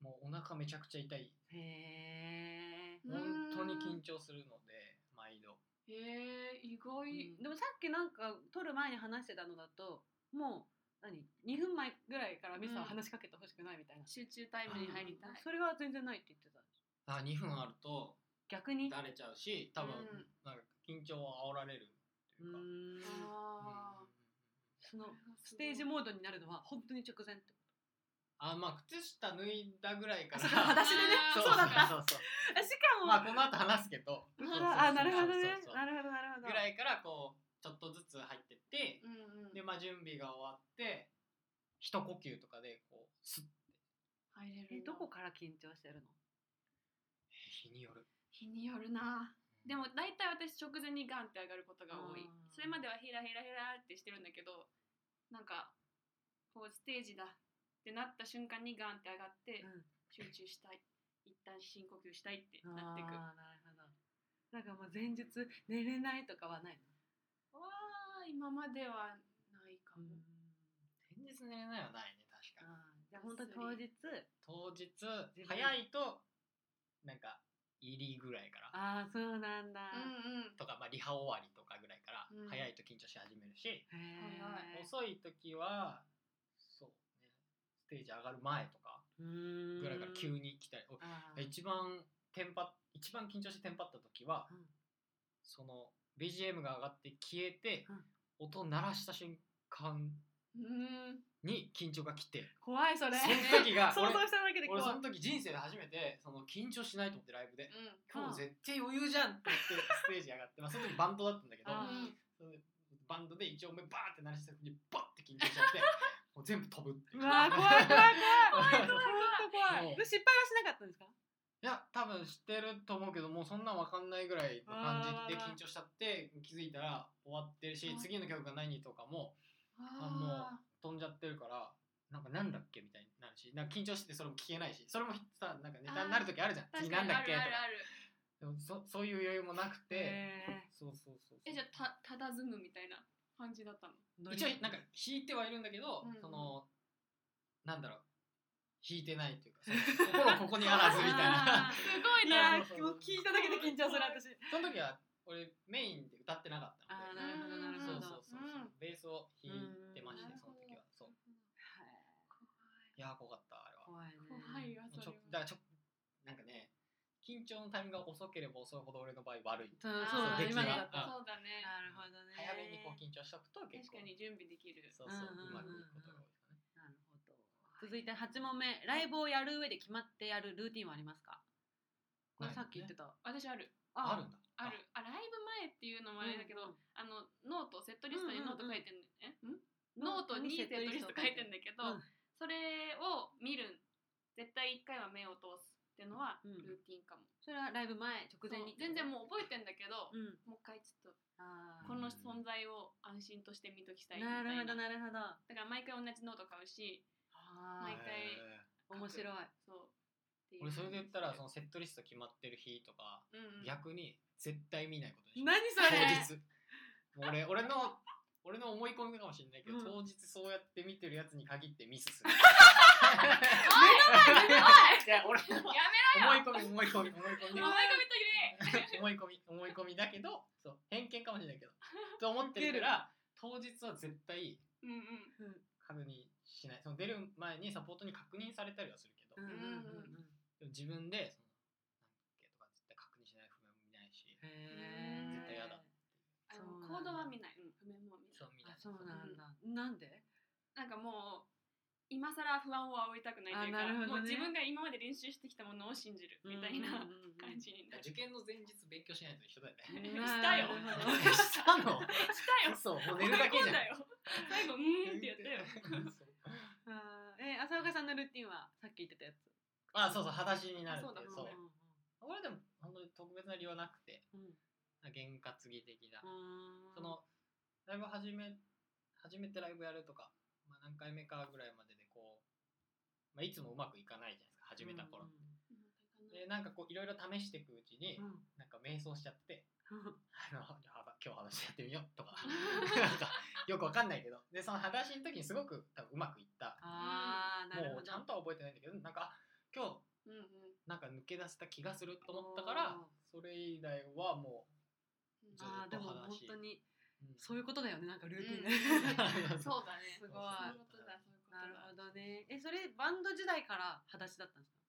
Speaker 3: もうお腹めちゃくちゃ痛い
Speaker 1: へえ、
Speaker 2: う
Speaker 3: 本
Speaker 2: ん
Speaker 3: 当に緊張するので毎度
Speaker 2: へえ意
Speaker 1: う
Speaker 2: 外
Speaker 1: んでもさっきなんか撮る前に話してたのだともう何2分前ぐらいからミスは話しかけてほしくないみたいな、
Speaker 2: 集中タイムに入りたい
Speaker 1: それは全然ないって言ってた
Speaker 3: あ2分あると
Speaker 1: 逆に
Speaker 3: だれちゃうし多分
Speaker 2: うん
Speaker 3: なんか緊張を煽られると
Speaker 1: う
Speaker 3: いうか、
Speaker 1: ーん
Speaker 2: あ
Speaker 1: その
Speaker 2: ー
Speaker 1: ステージモードになるのは本当に直前って
Speaker 3: あまあ靴下脱いだぐらいか
Speaker 1: あ
Speaker 3: ら
Speaker 1: そう裸足でね
Speaker 2: あー
Speaker 1: そうだった
Speaker 3: そうそう
Speaker 1: あし
Speaker 3: そ
Speaker 1: か
Speaker 3: うまあこの後話すけどそうそうそう
Speaker 1: ああなるほどね
Speaker 3: そうそうそう
Speaker 1: なるほどなるほど
Speaker 3: ぐらいからこうちょっとずつ入ってって
Speaker 2: うんうん
Speaker 3: でまあ準備が終わって一呼吸とかでこうすっ
Speaker 2: 入れる
Speaker 1: え
Speaker 2: んだ
Speaker 1: どこから緊張してるの
Speaker 3: 日による
Speaker 2: 日によるなでも大体私直前にガンって上がることが多
Speaker 1: あ
Speaker 2: い
Speaker 1: ー
Speaker 2: それまではヒラヒラヒラってしてるんだけどなんかこうステージだってなった瞬間にガンって上がって
Speaker 1: うん
Speaker 2: 集中したい一旦深呼吸したいってな
Speaker 1: なって
Speaker 2: っ
Speaker 1: てく
Speaker 2: くわ
Speaker 1: なるほどなんかもう前日寝れないとかはない
Speaker 2: あ今まではないか
Speaker 1: の
Speaker 2: も、
Speaker 3: 前日寝れないはないね確かに
Speaker 1: あーじゃあ本当に当日
Speaker 3: 当日
Speaker 1: 分
Speaker 3: 早いとなんか入りぐらいから
Speaker 1: ああそうなんだ、
Speaker 2: うんうん
Speaker 3: とか、まあ、リハ終わりとかぐらいから
Speaker 2: うん
Speaker 3: 早いと緊張し始めるし、
Speaker 1: へ
Speaker 2: はい
Speaker 1: え。
Speaker 3: 遅い時はそうねステージ上がる前とかぐ
Speaker 1: ぐ
Speaker 3: らいから急。に来たり、お
Speaker 1: あー
Speaker 3: 一番テンパ一番緊張してテンパった時は、
Speaker 1: うん
Speaker 3: その BGM が上がって消えて、
Speaker 1: うん
Speaker 3: 音鳴らした瞬間
Speaker 2: うん。
Speaker 3: に緊張が来て
Speaker 1: 怖いそれ。
Speaker 3: その時 が
Speaker 1: 想像しただけで怖
Speaker 3: 俺
Speaker 1: い。
Speaker 3: その時人生で初めてその緊張しないと思ってライブで
Speaker 2: う
Speaker 3: 今日絶対余裕じゃんって言ってステージ上が って、まあ、その時バンドだったんだけど
Speaker 1: あ
Speaker 2: ん。
Speaker 3: そのバンドで一応目バーンって鳴らした時にバッて緊張しちゃってもう全部飛ぶっていうう
Speaker 1: わー怖い怖い怖い。
Speaker 3: 怖い
Speaker 1: 本当怖い。
Speaker 3: もう
Speaker 1: で失敗はしなかったんですか？
Speaker 3: いや多分知ってると思うけどもうそんなん分かんないぐらいの感じで緊張しちゃって気づいたら終わってるし
Speaker 2: うん
Speaker 3: 次の曲が何とかも
Speaker 2: あ
Speaker 3: 飛んじゃってるからなんかなんだっけみたいになるしなんか緊張しててそれも聞けないしそれもさなんかネタになる時あるじゃん
Speaker 2: あ。
Speaker 3: 次
Speaker 2: 確か
Speaker 3: なん
Speaker 2: に
Speaker 3: だ
Speaker 2: あ
Speaker 3: っ
Speaker 2: るあるある。
Speaker 3: けとかでもそそういう余裕もなくて
Speaker 1: へ
Speaker 3: そうそうそうそう
Speaker 2: えじゃあたただずむみたいな感じだったの。
Speaker 1: ー
Speaker 3: 一応なんか弾いてはいるんだけど、
Speaker 2: うん
Speaker 3: そのなんだろう弾いてないっていうかその心ここにあらずみたい
Speaker 1: あ
Speaker 3: な
Speaker 1: ー
Speaker 2: すごい
Speaker 1: い
Speaker 2: な。
Speaker 1: やーもう聞いただけで緊張する私。
Speaker 3: その時は俺メインで歌ってなかったので
Speaker 1: あーなるほどなるほど。
Speaker 3: そうそうそうそ
Speaker 2: うん
Speaker 3: う、ベースを弾いてました
Speaker 2: うん
Speaker 3: ねその時はそう
Speaker 1: はい
Speaker 3: いやー怖かったあれは
Speaker 1: 怖いね。
Speaker 2: 怖いわそ
Speaker 3: ちょ
Speaker 2: れ
Speaker 3: だか
Speaker 2: は。
Speaker 3: らちょなんかね緊張のタイミングが遅ければ遅いほど俺の場合悪い
Speaker 1: そう
Speaker 2: あー
Speaker 1: そうだ
Speaker 3: で
Speaker 1: ね
Speaker 3: き
Speaker 1: 今
Speaker 3: な
Speaker 1: の
Speaker 3: い
Speaker 1: だった。な
Speaker 3: あ
Speaker 2: そうだね。
Speaker 1: るほどね。
Speaker 3: 早めにこう緊張しとくと結
Speaker 2: 確か
Speaker 3: 構
Speaker 2: に準備できる。
Speaker 3: そうそう
Speaker 1: うんうんうんうん
Speaker 3: うまくいくことが多いかな
Speaker 1: なるほど。続いて八問目、ライブをやる上で決まってやるルーティンはありますか？これさっき言ってた。
Speaker 2: 私ある。
Speaker 3: あるんだ
Speaker 2: ある。あライブ前っていうのもあれだけど、
Speaker 1: うん
Speaker 2: あのノートセットリストにノート書いてんの、えん
Speaker 1: ノ
Speaker 2: ノ
Speaker 1: ー
Speaker 2: ー
Speaker 1: ト
Speaker 2: ト
Speaker 1: に
Speaker 2: に
Speaker 1: セ
Speaker 2: セ
Speaker 1: ッ
Speaker 2: ッ
Speaker 1: トリ
Speaker 2: トリ
Speaker 1: ス
Speaker 2: ス
Speaker 1: ト
Speaker 2: ト書いてんだけ
Speaker 1: う
Speaker 2: ど、
Speaker 1: ん
Speaker 2: それを見る絶対一回は目を通すってのは
Speaker 1: う
Speaker 2: ル
Speaker 1: ん
Speaker 2: ーティンかも、
Speaker 1: それはライブ前直前に。
Speaker 2: そう全然もう覚えてんだけど、
Speaker 1: う。うん。
Speaker 2: もう一回ちょっと
Speaker 1: あ
Speaker 2: この存在を安心として見ときた
Speaker 1: あ。
Speaker 2: いみ
Speaker 1: な
Speaker 2: た
Speaker 1: い
Speaker 2: な
Speaker 1: るほどなるほど。あ
Speaker 2: だから毎回同じノート買うし
Speaker 1: あ
Speaker 2: 毎
Speaker 1: ー。
Speaker 2: 回
Speaker 3: へー
Speaker 1: 面白い。
Speaker 2: そうっていう
Speaker 3: 俺それで言ったらそのセットリスト決まってる日とか、
Speaker 2: うんうん、
Speaker 3: 逆に絶対見ないことにし
Speaker 1: 何それ
Speaker 3: 当日もう俺俺の俺の思い込みかもしれないけど、
Speaker 1: うん
Speaker 3: 当日そうやって見てるやつに限ってミスする
Speaker 2: おい
Speaker 3: いや俺の
Speaker 2: や
Speaker 3: 思い込み思い込み思い
Speaker 2: め
Speaker 3: 込み
Speaker 2: ろお前が見と 言え
Speaker 3: 思い込み思い込みだけどそう偏見かもしれないけどと思ってるから当日は絶対
Speaker 2: うん
Speaker 1: うん
Speaker 3: 確認しないその出る前にサポートに確認されたりはするけど、
Speaker 1: うんうんうんうん。
Speaker 3: でも自分でそのなんだっけとか絶対確認しない譜面も見ないし
Speaker 1: へ
Speaker 2: う
Speaker 1: え。
Speaker 2: ん
Speaker 3: 絶対嫌だ。
Speaker 2: あ
Speaker 1: そうなん
Speaker 2: の
Speaker 1: だ
Speaker 2: コードは見ない、うん、譜面も見ない
Speaker 3: そう見ない
Speaker 1: あそうなんだ。なんで？
Speaker 2: なんかもう今更不安を煽りたくないという
Speaker 1: あ
Speaker 2: か、
Speaker 1: なるほどね
Speaker 2: もう自分が今まで練習してきたものを信じるみたいな感じになる。
Speaker 3: 受験の前日勉強しないと一緒だよ
Speaker 1: うん
Speaker 3: ね。
Speaker 1: うんうん。
Speaker 2: したよ
Speaker 1: なるほど
Speaker 3: したの。
Speaker 2: したよ
Speaker 3: そう、もう寝るだけじゃん
Speaker 2: 追い込んだ。よ最後、うーんってやったよ。
Speaker 1: あーえー、浅岡さんのルーティンはさっき言ってたやつ。
Speaker 3: あ、そうそう、裸足になるってい
Speaker 2: あ
Speaker 3: う。
Speaker 2: そうだ
Speaker 3: そ
Speaker 2: そ
Speaker 3: う
Speaker 2: だ。
Speaker 3: 俺でも本当に特別な理由はなくて、
Speaker 1: うんうん
Speaker 3: 験担ぎ的な。
Speaker 1: うん。
Speaker 3: そのライブ始め初めてライブやるとか、まあ何回目かぐらいまででこう、まあいつもうまくいかないじゃないですか。始めた頃。でなんかこういろいろ試していくうちに
Speaker 1: うん。、うん
Speaker 3: なんか瞑想しちゃって、
Speaker 1: うん
Speaker 3: あのやば今日話しやってみようとか なんかよくわかんないけどでその裸足の時にすごく多分うまくいった
Speaker 1: ああ、なる
Speaker 3: も
Speaker 1: ほ
Speaker 3: う
Speaker 1: ど。
Speaker 3: ちゃんとは覚えてないんだけどなんかあ今日
Speaker 2: うんうん
Speaker 3: なんか抜け出せた気がすると思ったから
Speaker 1: おー
Speaker 3: それ以来はも
Speaker 2: うん
Speaker 3: ずっと
Speaker 1: ああ、でも本当に
Speaker 3: う、うん
Speaker 1: そういうことだよね。なんかルーティンね。
Speaker 2: うんそうだ ね。
Speaker 1: すごい
Speaker 2: そういうことだ、そういうことだ。
Speaker 1: なるほどね。え、それバンド時代から裸足だったんですか。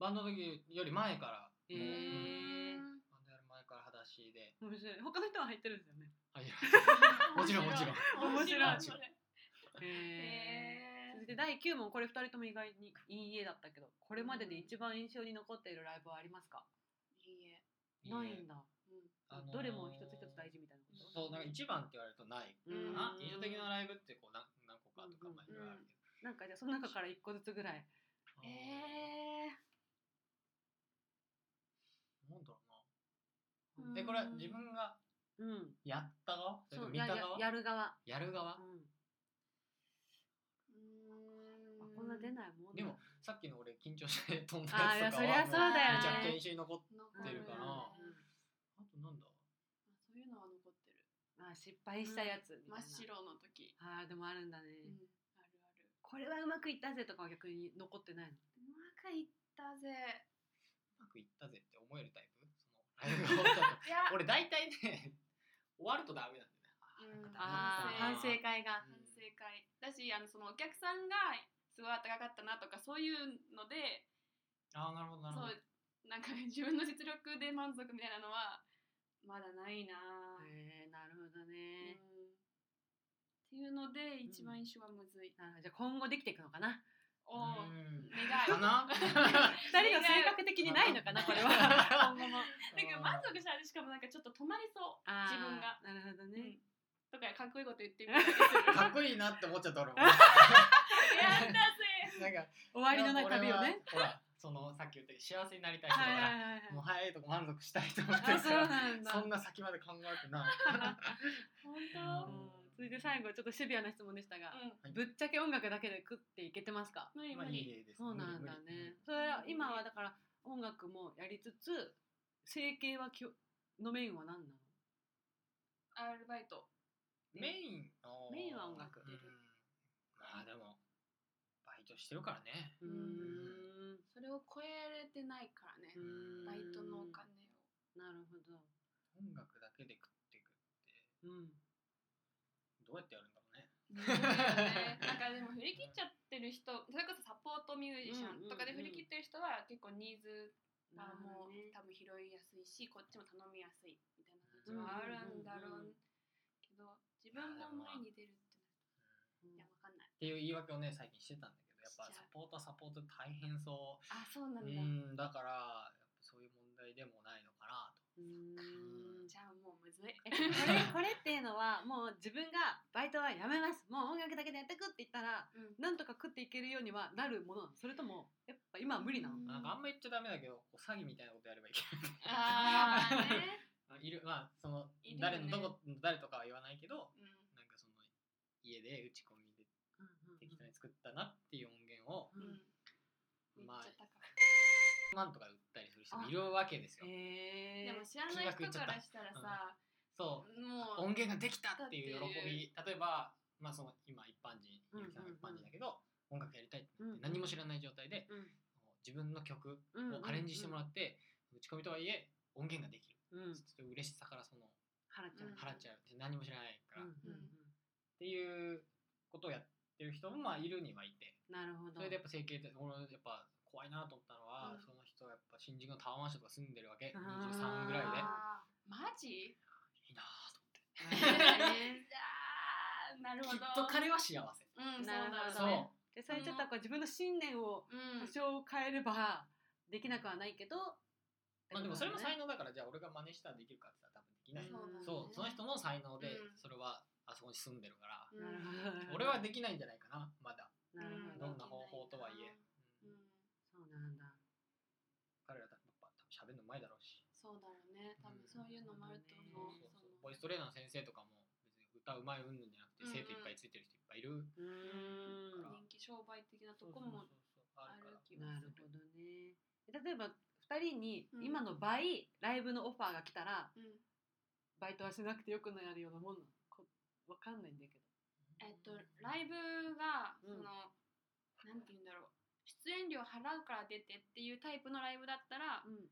Speaker 3: バンドの時より前から
Speaker 1: へ
Speaker 3: もう
Speaker 1: え。
Speaker 3: バンドやる前から裸足で
Speaker 1: 面白い。他の人は入ってるんですよね。
Speaker 3: あいやもちろんもちろん
Speaker 1: 面白い
Speaker 2: それ
Speaker 1: へえ。
Speaker 2: へ
Speaker 1: 続い
Speaker 2: ー
Speaker 1: て第9問これ2人とも意外にいい家だったけどこれまでで一番印象に残っているライブはありますか、
Speaker 2: いい え
Speaker 1: ないんだ、
Speaker 3: あのー
Speaker 1: どれも一つ一つ大事みたいなこと
Speaker 3: そうなんか一番って言われるとないかな
Speaker 1: うん
Speaker 3: 印象的なライブってこう何何個かとかまあいろいろあるけ
Speaker 1: なんかじゃあその中から1個ずつぐらい
Speaker 3: ど、
Speaker 2: え
Speaker 3: なんだろう
Speaker 2: うん
Speaker 3: なえこれは自分が
Speaker 1: うん
Speaker 3: やった側それ
Speaker 1: そ
Speaker 3: と
Speaker 1: う
Speaker 3: 見
Speaker 1: や
Speaker 3: た
Speaker 1: や
Speaker 3: 側や
Speaker 1: やる側、
Speaker 3: る側
Speaker 1: うん
Speaker 2: ーうー
Speaker 1: あこんな出ないもん
Speaker 3: でもさっきの俺緊張して飛んだ
Speaker 1: あーい
Speaker 3: や
Speaker 1: やそ
Speaker 3: つとか
Speaker 1: りゃ
Speaker 3: はも
Speaker 1: そううだよ
Speaker 3: めちゃくちゃ
Speaker 1: ね
Speaker 3: 印象に残っ
Speaker 2: 残
Speaker 3: 出るかな
Speaker 2: うん
Speaker 3: あとなんだ
Speaker 2: そういうのは残ってる。
Speaker 1: あ失敗したやつみた
Speaker 2: 真
Speaker 1: いな
Speaker 2: っ白の時。
Speaker 1: あーでもあるんだね、
Speaker 2: うんあるある。
Speaker 1: これはうまくいったぜとかは逆に残ってないの
Speaker 2: うまくいったぜ。
Speaker 3: うまくいったぜ って思えるタイプそのライブが終わった後
Speaker 2: いや、
Speaker 3: 俺大体ね終わるとダメなんだよねあ
Speaker 2: うん
Speaker 1: あー反省会が
Speaker 2: 反省会だしあのそのお客さんがすごい温かかったなとかそういうので
Speaker 3: ああなるほどなる
Speaker 2: そ
Speaker 3: ほど
Speaker 2: うなんか自分の実力で満足みたいなのはまだないなあ、
Speaker 1: えー、なるほど
Speaker 2: うん、っ
Speaker 1: ね、
Speaker 2: ていうので
Speaker 1: ん
Speaker 2: 一番印象はむずい、
Speaker 1: なるほどじゃあ今後できていくのかな
Speaker 2: おお
Speaker 3: う
Speaker 2: 願い
Speaker 3: ん か
Speaker 2: な
Speaker 3: な
Speaker 1: 二人の性格的にないのかなこれは今後も
Speaker 2: んか満足したらしかもなんかちょっと止まりそ
Speaker 1: あー
Speaker 2: 自分が
Speaker 1: なるほど
Speaker 2: う、う
Speaker 1: ね
Speaker 2: ん、とかかっこいいこと言ってみたりする
Speaker 3: かっこいいなって思っちゃった俺 も
Speaker 2: やったぜ
Speaker 3: なんか
Speaker 1: 終わりのない旅をね
Speaker 3: ほらそのさっき言ったように幸せになりたい人だ
Speaker 1: は
Speaker 3: か
Speaker 1: いはい
Speaker 3: ら
Speaker 1: はい
Speaker 3: もう
Speaker 1: はい
Speaker 3: 早いとこ満足したいと思って
Speaker 1: あ
Speaker 3: る
Speaker 1: そ
Speaker 3: か
Speaker 1: う
Speaker 3: ら
Speaker 1: なんだ
Speaker 3: そんな先まで考え てない
Speaker 2: 本
Speaker 1: うんそれで最後ちょっとシビアな質問でしたが、
Speaker 2: 当うん
Speaker 3: はい
Speaker 1: ぶっちゃけ音楽だけで食っていけてますか
Speaker 2: 無理
Speaker 3: 今
Speaker 2: 無
Speaker 3: いい
Speaker 2: 理
Speaker 3: 例です
Speaker 1: そうなんだ
Speaker 3: 無
Speaker 1: ね
Speaker 3: 理無理
Speaker 1: それは今はだから音楽もやりつつ整形はきょのメインは何なの
Speaker 2: アルバイト
Speaker 3: メインの
Speaker 1: メインは音楽
Speaker 3: うんまあでもバイトしてるからね
Speaker 1: うーん
Speaker 2: それを超えれてないからね、
Speaker 1: うん
Speaker 2: バイトのお金を
Speaker 1: なるほど
Speaker 3: 音楽だけで食っていくって
Speaker 1: うん
Speaker 3: どうやってやるんだろうね
Speaker 2: ねなんかでも振り切っちゃってる人それこそサポートミュージシャンとかで
Speaker 1: うんうん
Speaker 2: 振
Speaker 1: うん
Speaker 2: り切ってる人は結構ニーズ
Speaker 1: な
Speaker 2: が
Speaker 1: るほど
Speaker 2: もう
Speaker 1: ね
Speaker 2: 多分拾いやすいしこっちも頼みやすいみたいな感じはあるんだろうけど自分も前に出るって
Speaker 1: うん
Speaker 2: いやわかんない
Speaker 3: っていう言い訳をね最近してたんだけどやっ
Speaker 2: し
Speaker 3: ぱ
Speaker 2: ちゃう
Speaker 3: サポートはサポートで大変そ
Speaker 2: あそうな
Speaker 3: うんう
Speaker 2: だ、
Speaker 3: んだからやっぱそういう問題でもないのかな
Speaker 1: う
Speaker 3: と
Speaker 1: ーん
Speaker 2: じゃあもうむずい
Speaker 1: えこれ これっていうのはもう自分がバイトはやめますもう音楽だけでやってくって言ったら
Speaker 2: うん
Speaker 1: なんとか食っていけるようにはなるものなのそれともやっぱ今は無理なの、
Speaker 2: うん
Speaker 3: なんかあんま言っちゃダメだけどこう詐欺みたいなことやればいけない
Speaker 2: ああね、
Speaker 3: あいるまあその
Speaker 2: いるよ
Speaker 3: 誰
Speaker 2: ね
Speaker 3: のどこ誰とかは言わないけど
Speaker 2: うん、
Speaker 3: なんかその家で打ち込みで
Speaker 1: うんうん
Speaker 3: 適当に作ったなっていう音源を
Speaker 1: うん
Speaker 2: うんめっちゃ
Speaker 3: まあ
Speaker 2: 高い
Speaker 3: 万とか売ったりする人もいるわけですよ。
Speaker 1: へえ
Speaker 2: でも知らない人からしたらさ、
Speaker 3: そう
Speaker 2: もう
Speaker 3: 音源ができたっていう喜び例えば、まあ、その今一般人
Speaker 1: うん
Speaker 3: ゆうきさんが一般人だけど、音楽やりたいって
Speaker 1: うん
Speaker 3: 何も知らない状態で、
Speaker 1: うん
Speaker 3: 自分の曲
Speaker 1: うんうん
Speaker 3: をアレンジしてもらって、打ち込みとはいえ音源ができ
Speaker 1: うん
Speaker 3: る、ちょっと嬉しさからその
Speaker 1: 払っちゃう
Speaker 2: うん
Speaker 3: 払っちゃう、何も知らないから、
Speaker 1: うん
Speaker 3: っ
Speaker 1: うんうん
Speaker 3: ていうことをやってる人もまあいるにはいて
Speaker 1: なるほど
Speaker 3: それでやっぱ整形って俺やっぱ怖いなと思ったのは、
Speaker 2: うん
Speaker 3: その人はやっぱ新人のタワーマンションとか住んでるわけ
Speaker 1: あー
Speaker 3: 23ぐらいで
Speaker 2: あーマ ジ
Speaker 3: いいなぁと思って
Speaker 1: ね
Speaker 2: あーなるほ
Speaker 3: き
Speaker 2: ど
Speaker 3: っと彼は幸せ。
Speaker 2: うんそう
Speaker 1: な
Speaker 2: な
Speaker 1: るほど
Speaker 2: るほど
Speaker 3: そう
Speaker 1: ね でそれちょっとこう自分の信念を
Speaker 2: う
Speaker 1: 多
Speaker 2: ん
Speaker 1: 少変えればできなくはないけど、
Speaker 3: まあでもそれも才
Speaker 1: 後
Speaker 3: 能だからじゃあ俺が真似したらできるかって言ったら多分できない、
Speaker 1: うん
Speaker 3: そうその人の才能で
Speaker 2: うん
Speaker 3: それはあそこに住んでるから、
Speaker 2: うん
Speaker 1: なるほど
Speaker 3: 俺はできないんじゃないかなまだ
Speaker 1: なるほど、
Speaker 3: どんな方法とはいえ、
Speaker 2: う
Speaker 3: うん
Speaker 2: ん
Speaker 1: そうなんだ
Speaker 3: 彼ら多分やっぱ多分喋るのうまいだろうし
Speaker 2: そうだろうね多分そういうのもあると
Speaker 3: そう
Speaker 2: 思う
Speaker 3: そうそう
Speaker 2: そ
Speaker 3: ボ
Speaker 2: の
Speaker 3: イストレーナーの先生とかも別に歌うまいうんぬんじゃなく
Speaker 2: うん
Speaker 3: て
Speaker 2: うん
Speaker 3: 生徒いっぱいついてる人いっぱいいる
Speaker 1: うーん
Speaker 3: から
Speaker 2: 人気商売的なと
Speaker 3: そう
Speaker 2: こ
Speaker 3: そう
Speaker 2: も
Speaker 3: そうそうあるか
Speaker 2: あ
Speaker 3: ら
Speaker 2: る気
Speaker 1: なるほどね例えば2人に
Speaker 2: うん
Speaker 1: 今の倍ライブのオファーが来たら
Speaker 2: うん
Speaker 1: バイトはしなくてよくなるようなもんなのこわかんないんだけど
Speaker 2: えっとライブが
Speaker 1: う
Speaker 2: そ
Speaker 1: ん
Speaker 2: のなんて言うんだろう出演料払うから出てっていうタイプのライブだったら
Speaker 1: うん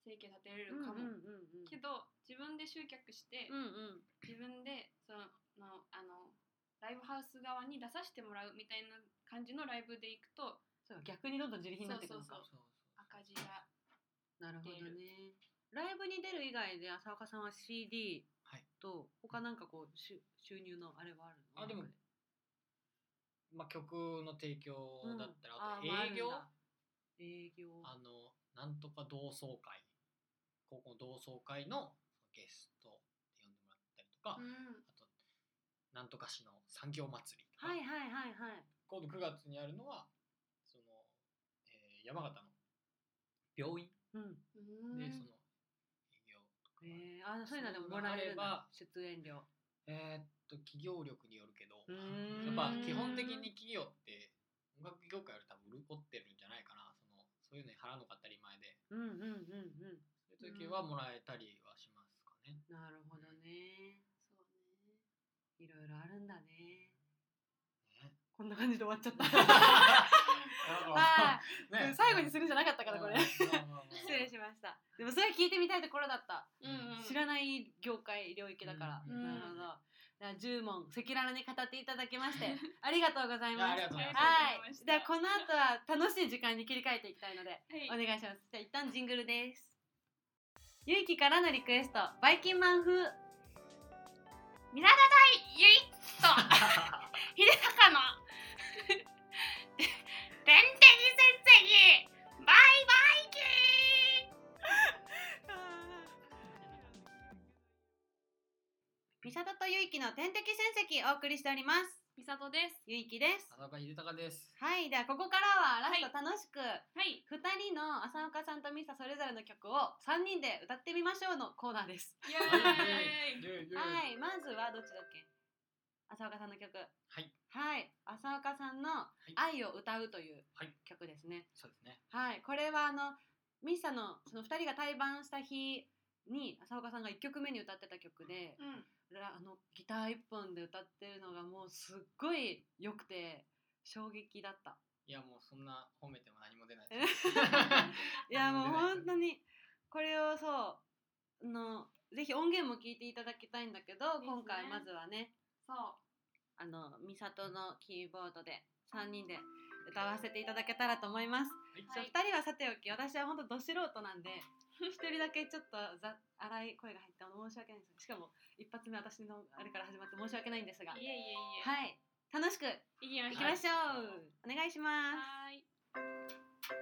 Speaker 2: 生計立てれるか
Speaker 1: うんうんうん
Speaker 2: もけど自分で集客して
Speaker 1: うんうん
Speaker 2: 自分でそのあのライブハウス側に出させてもらうみたいな感じのライブで行くと
Speaker 1: そうか逆にどんどん自力になっていくの
Speaker 2: そう
Speaker 1: か
Speaker 3: そうそう
Speaker 2: 赤字が
Speaker 1: なるほどねライブに出る以外で浅岡さんは CD
Speaker 3: はい
Speaker 1: と他なんかこう収収入のあれはあるの
Speaker 3: あでもまあ、曲の提供だったら、あと
Speaker 1: まあ
Speaker 3: 営業、
Speaker 1: あるんだ営業
Speaker 3: あの、なんとか同窓会、高校の同窓会のゲストって呼んでもらったりとか、
Speaker 2: うん
Speaker 3: あと、なんとか市の産業祭りとか、
Speaker 1: はいはいはいはい
Speaker 3: 今度9月にあるのは、その、えー山形の病院
Speaker 1: うん
Speaker 2: う
Speaker 3: で、
Speaker 2: ん
Speaker 3: その、営業とか、
Speaker 1: えー、あそういうのでももらえるん
Speaker 3: そういうのが
Speaker 1: だ
Speaker 3: あれば
Speaker 1: 出演料
Speaker 3: えーっと、企業力によるけど、
Speaker 1: う
Speaker 3: や
Speaker 1: ー
Speaker 3: っ
Speaker 1: ん
Speaker 3: ぱ基本的に企業って、音楽業界より多分潤ってるんじゃないかな、その、そういうのに払うのが当たり前で、
Speaker 1: うんうんうんうん
Speaker 3: そういう時はもらえたりはしますかね。
Speaker 1: なるほどね
Speaker 2: そうね
Speaker 1: いろいろあるんだね
Speaker 3: ね
Speaker 1: こんな感じで終わっち ゃったは、
Speaker 3: はい
Speaker 1: うん最後にするんじゃなかったからこれ失
Speaker 3: 失
Speaker 1: 礼しましたでもそれ聞いてみたいところだった、
Speaker 2: うんうん
Speaker 1: 知らない業界領域だから、
Speaker 3: うん
Speaker 1: なるほどでは10問赤裸々に語っていただきまして ありがとうござい
Speaker 3: いや
Speaker 1: ま
Speaker 3: あり
Speaker 1: す
Speaker 3: がとうございます
Speaker 1: はい
Speaker 2: あり
Speaker 1: では
Speaker 2: がと
Speaker 1: こ
Speaker 2: う
Speaker 1: の後は楽しい時間に切り替えていきたいので
Speaker 2: はい
Speaker 1: お願いしますじゃあ一旦ジングルですゆいきからのリクエストバイキンマン風
Speaker 2: 見習いゆいっと 秀坂の 天敵戦績バイバイキ
Speaker 1: 美里とゆいきの天敵戦績お送りしております
Speaker 2: みさとです
Speaker 1: ゆいきです
Speaker 3: 浅岡秀隆です。
Speaker 1: はいではここからはラスト楽しく、
Speaker 2: はい
Speaker 1: 二人の浅岡さんとミサそれぞれの曲を三人で歌ってみましょうのコーナーです。
Speaker 2: イ
Speaker 3: イ
Speaker 2: エーイ
Speaker 3: エイ
Speaker 1: はい、まずはどっちだっけ？浅岡さんの曲。
Speaker 3: はい。
Speaker 1: はい、浅岡さんの
Speaker 3: い
Speaker 1: 愛を歌うという
Speaker 3: はい
Speaker 1: 曲ですね。
Speaker 3: そうですね。
Speaker 1: はい、これはあのミサのその二人が対バンした日に浅岡さんが一曲目に歌ってた曲で、
Speaker 2: うん
Speaker 1: らあのギター一本で歌ってるのがもうすっごい良くて衝撃だった。
Speaker 3: いやもうそんな褒めても何も出ないです。はい
Speaker 1: や
Speaker 3: な
Speaker 1: もう
Speaker 3: るほどね
Speaker 1: 本当にこれをそうあのぜひ音源も聞いていただきたいんだけど、
Speaker 2: すね
Speaker 1: 今回まずはね
Speaker 2: そう
Speaker 1: あの美里のキーボードで3人で歌わせていただけたらと思います、
Speaker 3: い
Speaker 1: そう2人はさておき私は本当ど素人なんで1人だけちょっとざ荒い声が入って申し訳ないですしかも一発目私のあれから始まって申し訳ないんですがはい
Speaker 2: いえいえいえ
Speaker 1: 楽しく
Speaker 2: いきま
Speaker 1: い
Speaker 2: し
Speaker 1: き
Speaker 2: ょう
Speaker 1: ましょう、お願いします
Speaker 2: はーい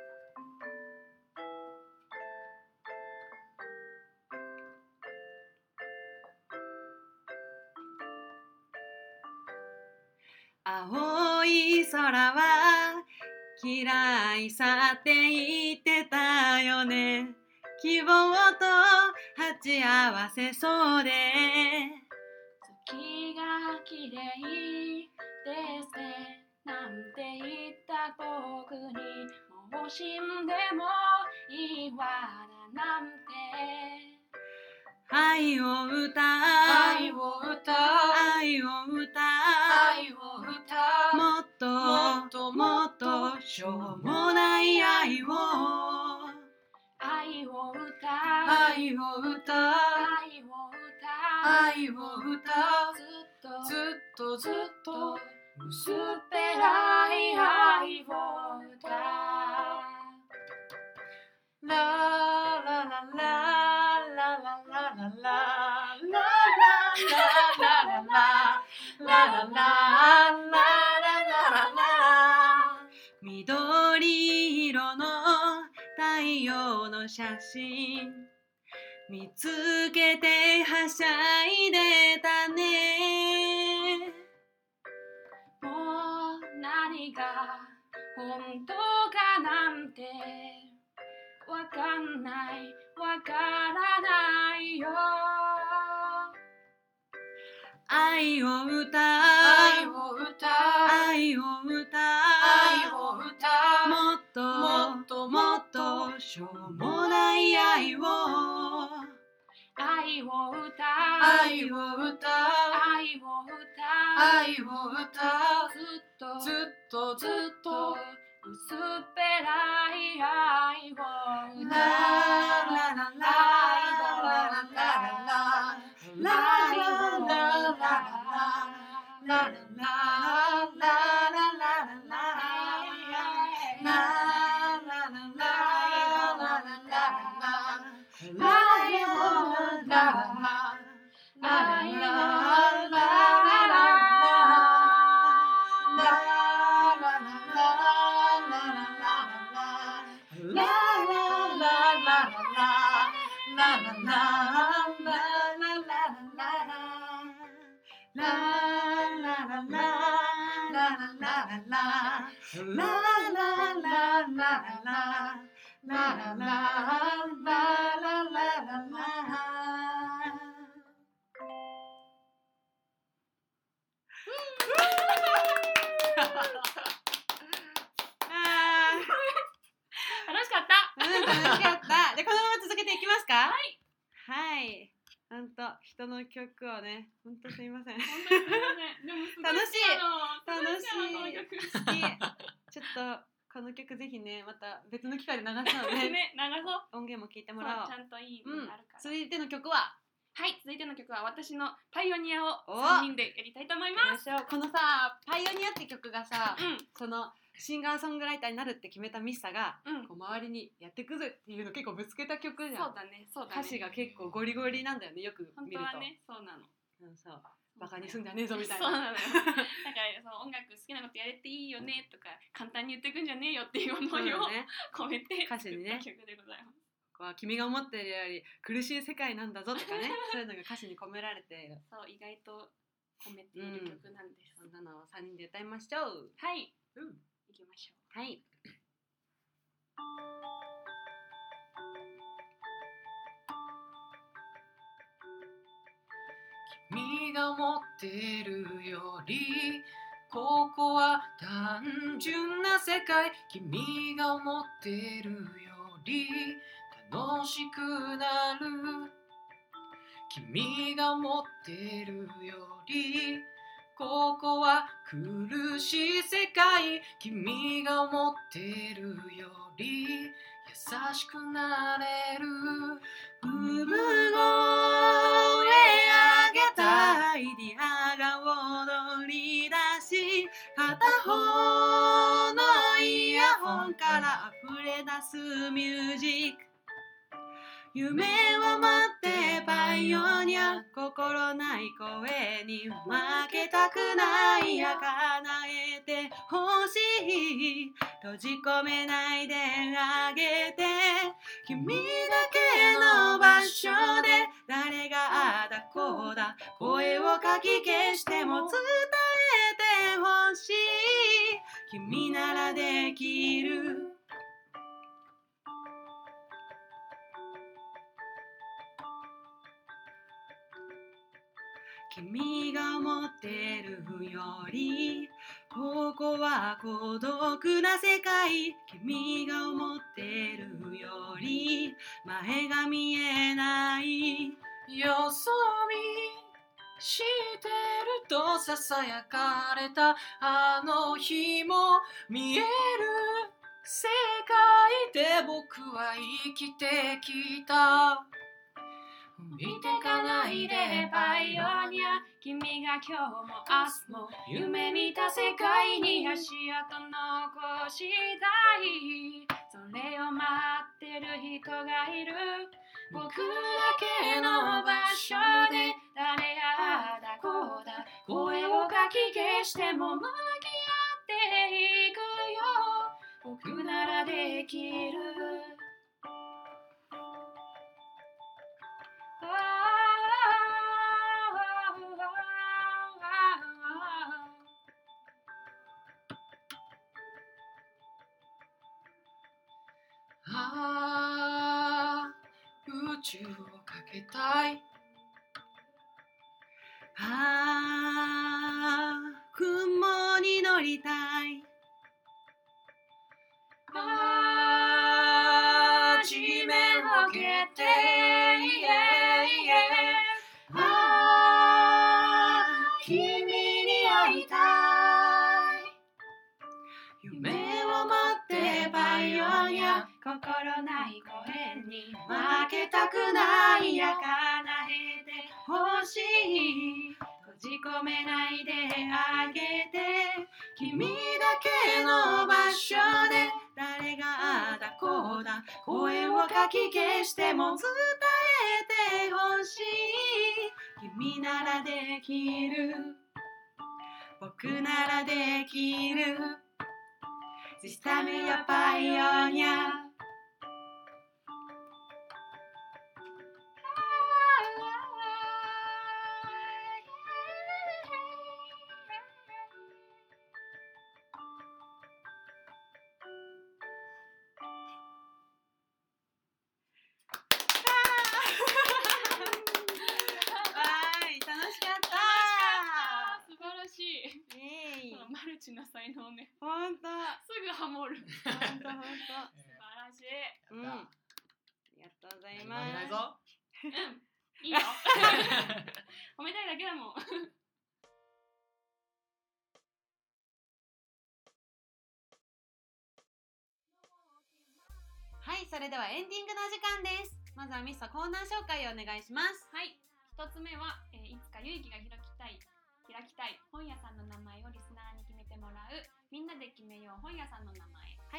Speaker 1: 青い空は嫌いさって言ってたよね希望と鉢合わせそうで
Speaker 2: 月が綺麗ですねなんて言った僕にもう死んでもいいわだなんて
Speaker 1: 愛を歌う
Speaker 2: 愛を歌う
Speaker 1: 愛を歌
Speaker 2: 愛を歌
Speaker 1: う
Speaker 2: う
Speaker 1: もっと
Speaker 2: もっ
Speaker 1: も
Speaker 2: とも
Speaker 1: っ
Speaker 2: っ
Speaker 1: と
Speaker 2: と
Speaker 1: しょうもない愛を
Speaker 2: 愛を歌う愛
Speaker 1: 愛を歌う
Speaker 2: を歌う
Speaker 1: 愛を歌う
Speaker 2: ずっと
Speaker 1: ずっとずっと
Speaker 2: 薄っぺらい愛を歌う
Speaker 1: ラララララララララ緑色の太陽の写真見つけてはしゃいでたね
Speaker 2: もう何が本当かなんてわかんないわからないよ
Speaker 1: 愛を歌う
Speaker 2: 愛を歌う
Speaker 1: 愛を歌
Speaker 2: 愛
Speaker 1: う
Speaker 2: を歌う
Speaker 1: もっと
Speaker 2: もっと
Speaker 1: も
Speaker 2: も
Speaker 1: っ
Speaker 2: っ
Speaker 1: と
Speaker 2: と
Speaker 1: しょうもない愛を
Speaker 2: 愛を歌う
Speaker 1: 愛を歌う
Speaker 2: 愛を歌う
Speaker 1: 愛を歌
Speaker 2: ずっと
Speaker 1: うずっとず
Speaker 2: ず
Speaker 1: っ
Speaker 2: っ
Speaker 1: と
Speaker 2: と薄っぺらい愛
Speaker 1: ラ
Speaker 2: を
Speaker 1: ラ
Speaker 2: 歌
Speaker 1: ララララララ
Speaker 2: う
Speaker 1: ラ
Speaker 2: 愛を歌
Speaker 1: ラララ
Speaker 2: う
Speaker 1: ララララ
Speaker 2: 楽しかった
Speaker 1: うん、楽しかっ た。で、このまま続けていきますか。はい。はい。本当、人の曲をね、本当すみません。好
Speaker 2: 本当にすいません。でもすごい好きなの。
Speaker 1: 楽
Speaker 2: 楽しい。
Speaker 1: き。 ちょっと、この曲ぜひね、また別の機会で流すので、
Speaker 2: ね、長そう。
Speaker 1: 音源も聞いても
Speaker 2: そう
Speaker 1: らおう
Speaker 2: ちゃ。んといい
Speaker 1: うん
Speaker 2: のあるか、ら。
Speaker 1: 続いての曲は。
Speaker 2: はい続いての曲は私の「パイオニア」を
Speaker 1: お
Speaker 2: 3人でやりたいと思い
Speaker 1: やり
Speaker 2: ま
Speaker 1: ましょうこのさ「パイオニア」って曲がさ
Speaker 2: すうん
Speaker 1: そのシンガーソングライターになるって決めたミッサが
Speaker 2: うん
Speaker 1: こう周りに「やってくぜ」っていうの結構ぶつけた曲じゃ
Speaker 2: そうんだねそうだね
Speaker 1: 歌詞が結構ゴリゴリなんだよねよく
Speaker 2: 本
Speaker 1: 見る
Speaker 2: 当
Speaker 1: と
Speaker 2: はねそうなの
Speaker 1: うんそうバカにすんじゃねえぞみたい
Speaker 2: そう
Speaker 1: な
Speaker 2: なのよだからその音楽好きなことやれていいよねとか簡単に言ってくんじゃねえよっていう思
Speaker 1: そう
Speaker 2: いを
Speaker 1: よね
Speaker 2: 込めて
Speaker 1: 歌詞にね
Speaker 2: 作った曲でございます
Speaker 1: こう君が思ってるより苦しい世界なんだぞとか ねそういうのが歌詞に込められている
Speaker 2: そう意外と込めている曲なんです、
Speaker 1: そんなのを3人で歌いましょう
Speaker 2: はい
Speaker 3: うん
Speaker 2: 行きましょう
Speaker 1: はい
Speaker 3: 君が持ってるよりここは単純な世界君が思ってるより楽しくなる君が持ってるよりここは苦しい世界君が思ってるより優しくなれる
Speaker 1: 産声上げたアイディアが踊り出し片方のイヤホンから溢れ出すミュージック夢を持ってパイオニア心ない声に負けたくないや叶えてほしい閉じ込めないであげて君だけの場所で誰がああだこうだ声をかき消しても伝えてほしい君ならできる君が持ってるよりここは孤独な世界君が思ってるより前が見えない
Speaker 3: よそ見してるとささやかれたあの日も見える世界で僕は生きてきた見
Speaker 2: 見
Speaker 3: て
Speaker 2: てか
Speaker 3: かな
Speaker 2: ない
Speaker 3: い
Speaker 2: で
Speaker 3: で
Speaker 2: パ
Speaker 3: パ
Speaker 2: イ
Speaker 3: イ
Speaker 2: オ
Speaker 3: オ
Speaker 2: ニ
Speaker 3: ニ
Speaker 2: ア
Speaker 3: ア
Speaker 2: 君が今日も明日も夢見た世界に足跡残したいそれを待ってる人がいる僕だけの場所で誰やだこうだ声をかき消しても向き合っていくよ僕ならできる
Speaker 3: ああ宇宙をかけたい
Speaker 1: ああ雲に乗りたい
Speaker 3: ああ地面を蹴ってイエイエイあー君に会いたい
Speaker 1: 夢を持ってパイオニア心ない声に負けたくないや叶えてほしい閉じ込めないであげて君だけの場所で誰がああだこうだ声をかき消しても伝えてほしい君ならできる僕ならできる This time we are pioneer.
Speaker 2: Thank
Speaker 1: わーい、楽しかった
Speaker 2: 素晴らしい。
Speaker 1: ー。イエーイ
Speaker 2: そのマルチな才能ね。
Speaker 1: ほんと、
Speaker 2: すぐハモる。素晴
Speaker 1: ほんとほん
Speaker 2: らしい。
Speaker 1: と。うん。ありがとうございま
Speaker 3: 何もない
Speaker 1: す。
Speaker 3: ぞ
Speaker 2: いい よ。褒めたいだけだもん。
Speaker 1: はい、それではエンディングのお時間です。まずはミスさんコーナー紹介をお願いします。
Speaker 2: はい。 1つ目は、えーいつかゆいきが開きたい開きたい本屋さんの名前をリスナーに決めてもらうみんなで決めよう本屋さんの名前